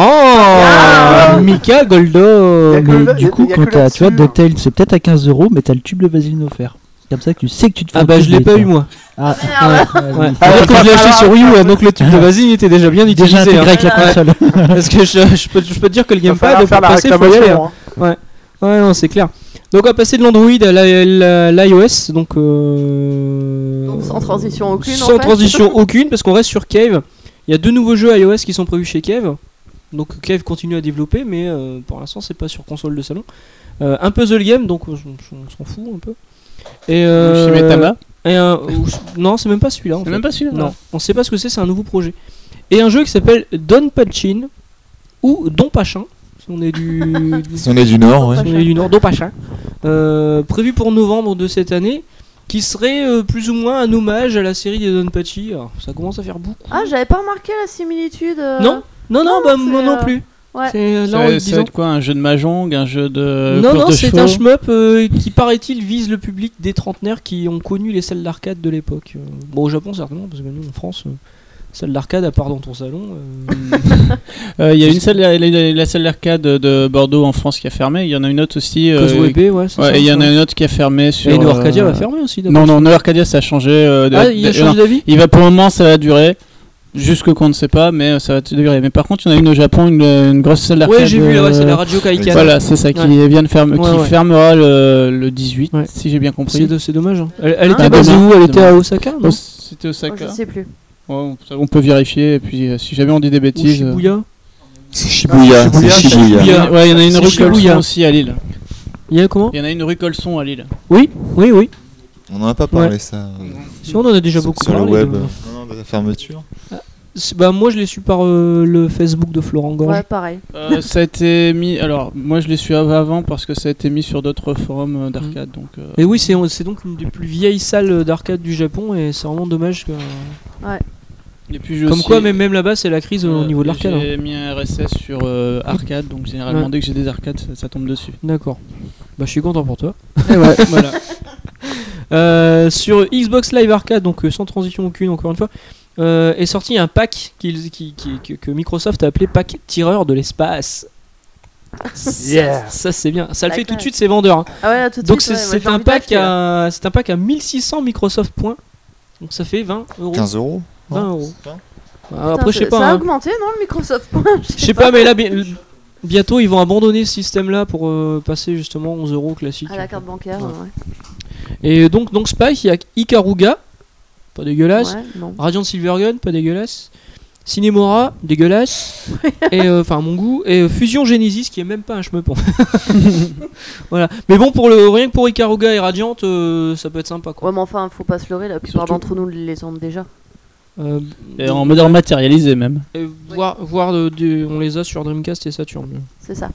[SPEAKER 4] Ah
[SPEAKER 1] Mika Goldo
[SPEAKER 2] Y a que le-
[SPEAKER 6] Euh, Mais
[SPEAKER 2] y
[SPEAKER 6] du
[SPEAKER 2] a-
[SPEAKER 6] coup,
[SPEAKER 2] y a
[SPEAKER 6] quand
[SPEAKER 2] que
[SPEAKER 6] t'as, tu vois,
[SPEAKER 2] là-dessus, hein.
[SPEAKER 6] DuckTales, c'est peut-être à 15 euros, mais t'as le tube de vaseline offert. Comme ça, que tu sais que tu te fais
[SPEAKER 1] Ah
[SPEAKER 6] un
[SPEAKER 1] bah je
[SPEAKER 6] tube
[SPEAKER 1] l'ai
[SPEAKER 6] de
[SPEAKER 1] pas eu
[SPEAKER 6] vaseline.
[SPEAKER 1] moi.
[SPEAKER 6] Ah, ah, ouais,
[SPEAKER 1] Ouais.
[SPEAKER 6] oui.
[SPEAKER 1] Alors que je l'ai acheté sur Wii U, hein, donc le tube de Vasine était déjà bien utilisé.
[SPEAKER 6] Déjà intégré
[SPEAKER 1] hein.
[SPEAKER 6] avec la
[SPEAKER 1] Ouais.
[SPEAKER 6] console.
[SPEAKER 1] Parce que je, je peux, je peux te dire que le
[SPEAKER 2] Il va
[SPEAKER 1] gamepad,
[SPEAKER 2] falloir
[SPEAKER 1] pour
[SPEAKER 2] faire la
[SPEAKER 1] passer, faut y aller. hein.
[SPEAKER 2] réclamation. hein.
[SPEAKER 1] Ouais, non, c'est clair. Donc on va passer de l'Android à la- la- l'iOS, donc, euh,
[SPEAKER 4] Donc, sans transition aucune,
[SPEAKER 1] Sans
[SPEAKER 4] en fait.
[SPEAKER 1] transition aucune, parce qu'on reste sur Cave. Il y a deux nouveaux jeux iOS qui sont prévus chez Cave. Donc Cave continue à développer, mais euh, pour l'instant c'est pas sur console de salon. Euh, un puzzle game, donc on, on- on s'en fout un peu. Et, euh,
[SPEAKER 5] Chez Metama,
[SPEAKER 1] et un- ou- non, c'est même pas celui-là. en
[SPEAKER 5] c'est
[SPEAKER 1] fait.
[SPEAKER 5] même pas celui-là.
[SPEAKER 1] Non, on sait pas ce que c'est, c'est un nouveau projet. Et un jeu qui s'appelle Don Pachin ou Don Pachin, si on est du,
[SPEAKER 3] Si on est du Nord, ouais.
[SPEAKER 1] si on est du Nord, Don Pachin, euh, prévu pour novembre de cette année, qui serait euh, plus ou moins un hommage à la série des Don Pachi. Alors, ça commence à faire beaucoup.
[SPEAKER 4] Ah, j'avais pas remarqué la similitude. euh,
[SPEAKER 1] non, non, non,
[SPEAKER 4] non,
[SPEAKER 1] bah,
[SPEAKER 4] c'est,
[SPEAKER 1] moi non
[SPEAKER 4] euh,
[SPEAKER 1] plus.
[SPEAKER 4] ouais.
[SPEAKER 1] C'est euh, là
[SPEAKER 5] Ça,
[SPEAKER 1] en le
[SPEAKER 5] ça va
[SPEAKER 1] disant.
[SPEAKER 5] être quoi Un jeu de mahjong Un jeu de
[SPEAKER 1] Non,
[SPEAKER 5] course
[SPEAKER 1] non,
[SPEAKER 5] euh, de hein.
[SPEAKER 1] c'est
[SPEAKER 5] chevaux
[SPEAKER 1] un shmup euh, qui, paraît-il, vise le public des trentenaires qui ont connu les salles d'arcade de l'époque. Euh, bon, au Japon, certainement, parce que nous, en France, euh, salle d'arcade, à part dans ton salon. euh,
[SPEAKER 5] Euh, Il y a une salle, la, la- la salle d'arcade de Bordeaux en France qui a fermé. Il y en a une autre aussi. euh,
[SPEAKER 1] Causeway Bay, ouais, c'est
[SPEAKER 5] ouais,
[SPEAKER 1] ça,
[SPEAKER 5] et il y en
[SPEAKER 1] ouais.
[SPEAKER 5] a une autre qui a fermé sur.
[SPEAKER 1] Et Neo Arcadia
[SPEAKER 5] euh,
[SPEAKER 1] va fermer aussi
[SPEAKER 5] Non,
[SPEAKER 1] d'abord.
[SPEAKER 5] non, Neo Arcadia, ça a changé. euh, de-
[SPEAKER 1] Ah, il a
[SPEAKER 5] de-
[SPEAKER 1] changé d'avis
[SPEAKER 5] Il va pour le moment, ça va durer jusque qu'on ne sait pas, mais euh, ça va durer. Mais par contre, il y en a une au Japon, une, une grosse salle d'arcade.
[SPEAKER 1] Ouais, j'ai vu, ouais, c'est la
[SPEAKER 5] euh,
[SPEAKER 1] radio Kaikan.
[SPEAKER 3] Ricane.
[SPEAKER 5] Voilà, c'est ça qui vient de fermer, qui
[SPEAKER 1] Ouais, ouais.
[SPEAKER 5] fermera le, le 18,
[SPEAKER 1] Ouais.
[SPEAKER 5] si j'ai bien compris.
[SPEAKER 1] C'est do- c'est dommage. hein. Elle, elle
[SPEAKER 4] Ah,
[SPEAKER 1] était
[SPEAKER 5] dommage.
[SPEAKER 1] basée où Elle était à
[SPEAKER 5] Dommage.
[SPEAKER 1] Osaka non
[SPEAKER 5] Oh, C'était
[SPEAKER 4] oh, je
[SPEAKER 5] Osaka.
[SPEAKER 4] sais plus.
[SPEAKER 5] Ouais, on, ça, on peut vérifier. Et puis, euh, si jamais on dit des
[SPEAKER 1] Ou
[SPEAKER 5] bêtises. euh,
[SPEAKER 1] Shibuya
[SPEAKER 3] C'est Shibuya, c'est
[SPEAKER 2] Shibuya, c'est
[SPEAKER 3] Shibuya.
[SPEAKER 1] Ah, Shibuya.
[SPEAKER 5] Ouais, il y en a une
[SPEAKER 1] C'est
[SPEAKER 5] rue
[SPEAKER 1] Shibuya.
[SPEAKER 5] Colson aussi à Lille.
[SPEAKER 1] Il y a comment
[SPEAKER 5] Il y en a une rue Colson à Lille.
[SPEAKER 1] Oui, oui, oui.
[SPEAKER 3] On n'en a pas parlé, ça. euh,
[SPEAKER 1] Si on en a déjà
[SPEAKER 3] sur-
[SPEAKER 1] beaucoup
[SPEAKER 3] Sur le
[SPEAKER 1] parlé.
[SPEAKER 3] web.
[SPEAKER 1] de-
[SPEAKER 3] Non, non, de la fermeture.
[SPEAKER 1] C'est- Bah, moi, je l'ai su par euh, le Facebook de Florent Gorge.
[SPEAKER 4] Ouais, pareil.
[SPEAKER 5] Euh, ça a été mis. Alors, moi, je les suis av- avant parce que ça a été mis sur d'autres forums euh,
[SPEAKER 1] Mm.
[SPEAKER 5] d'arcade. Donc, euh,
[SPEAKER 1] Et oui, c'est c'est donc une des plus vieilles salles d'arcade du Japon et c'est vraiment dommage. Que...
[SPEAKER 5] et puis, j'ai
[SPEAKER 1] Comme
[SPEAKER 5] aussi-
[SPEAKER 1] quoi, même, même là-bas, c'est la crise euh, au
[SPEAKER 5] Euh,
[SPEAKER 1] niveau de l'arcade. hein.
[SPEAKER 5] J'ai mis un RSS sur euh, arcade, donc généralement
[SPEAKER 1] Ouais.
[SPEAKER 5] dès que j'ai des arcades, ça, ça tombe dessus.
[SPEAKER 1] hein. D'accord. Bah, je suis content pour toi.
[SPEAKER 5] voilà.
[SPEAKER 1] Euh, sur Xbox Live Arcade, donc euh, sans transition aucune, encore une fois, euh, est sorti un pack qu'ils- qui- qui- que- que Microsoft a appelé pack tireur de l'espace.
[SPEAKER 2] Yeah.
[SPEAKER 1] Ça, c'est bien. Ça le
[SPEAKER 4] La
[SPEAKER 1] fait tout de
[SPEAKER 4] classe.
[SPEAKER 1] suite ces vendeurs. hein.
[SPEAKER 4] Ah ouais, là tout de
[SPEAKER 1] Donc, c'est
[SPEAKER 4] suite. ouais, moi,
[SPEAKER 1] c'est
[SPEAKER 4] j'ai
[SPEAKER 1] un
[SPEAKER 4] envie d'acheter,
[SPEAKER 1] pack à c'est un pack à 1600 Microsoft points. Donc, ça fait 20 euros.
[SPEAKER 3] 15 euros
[SPEAKER 1] 20
[SPEAKER 3] non
[SPEAKER 1] euros.
[SPEAKER 3] Putain.
[SPEAKER 1] Ah,
[SPEAKER 4] Putain,
[SPEAKER 1] Après, je sais
[SPEAKER 4] ça- Ça
[SPEAKER 1] pas.
[SPEAKER 4] a
[SPEAKER 1] hein.
[SPEAKER 4] augmenté, non, le Microsoft Point
[SPEAKER 1] Je sais pas, mais là, bi- bientôt, ils vont abandonner ce système-là pour euh, passer justement 11 euros classique.
[SPEAKER 4] À la carte bancaire,
[SPEAKER 1] Ouais.
[SPEAKER 4] ouais.
[SPEAKER 1] Et donc, donc Spike, il y a Ikaruga. Pas dégueulasse.
[SPEAKER 4] Ouais, non.
[SPEAKER 1] Radiant Silvergun, pas dégueulasse. Cinemora, dégueulasse. et euh, enfin, à mon goût. Et euh, Fusion Genesis, qui est même pas un shmup. en fait. voilà. Mais bon, pour le, rien que pour Ikaruga et Radiant, euh, ça peut être sympa quoi.
[SPEAKER 4] Ouais, mais enfin, faut pas se leurrer, la plupart
[SPEAKER 5] Surtout-
[SPEAKER 4] d'entre nous les ont déjà.
[SPEAKER 1] Euh,
[SPEAKER 5] Et en mode matérialisé même.
[SPEAKER 1] euh, voir, voir de- de- on les a sur Dreamcast et Saturn.
[SPEAKER 4] C'est ça.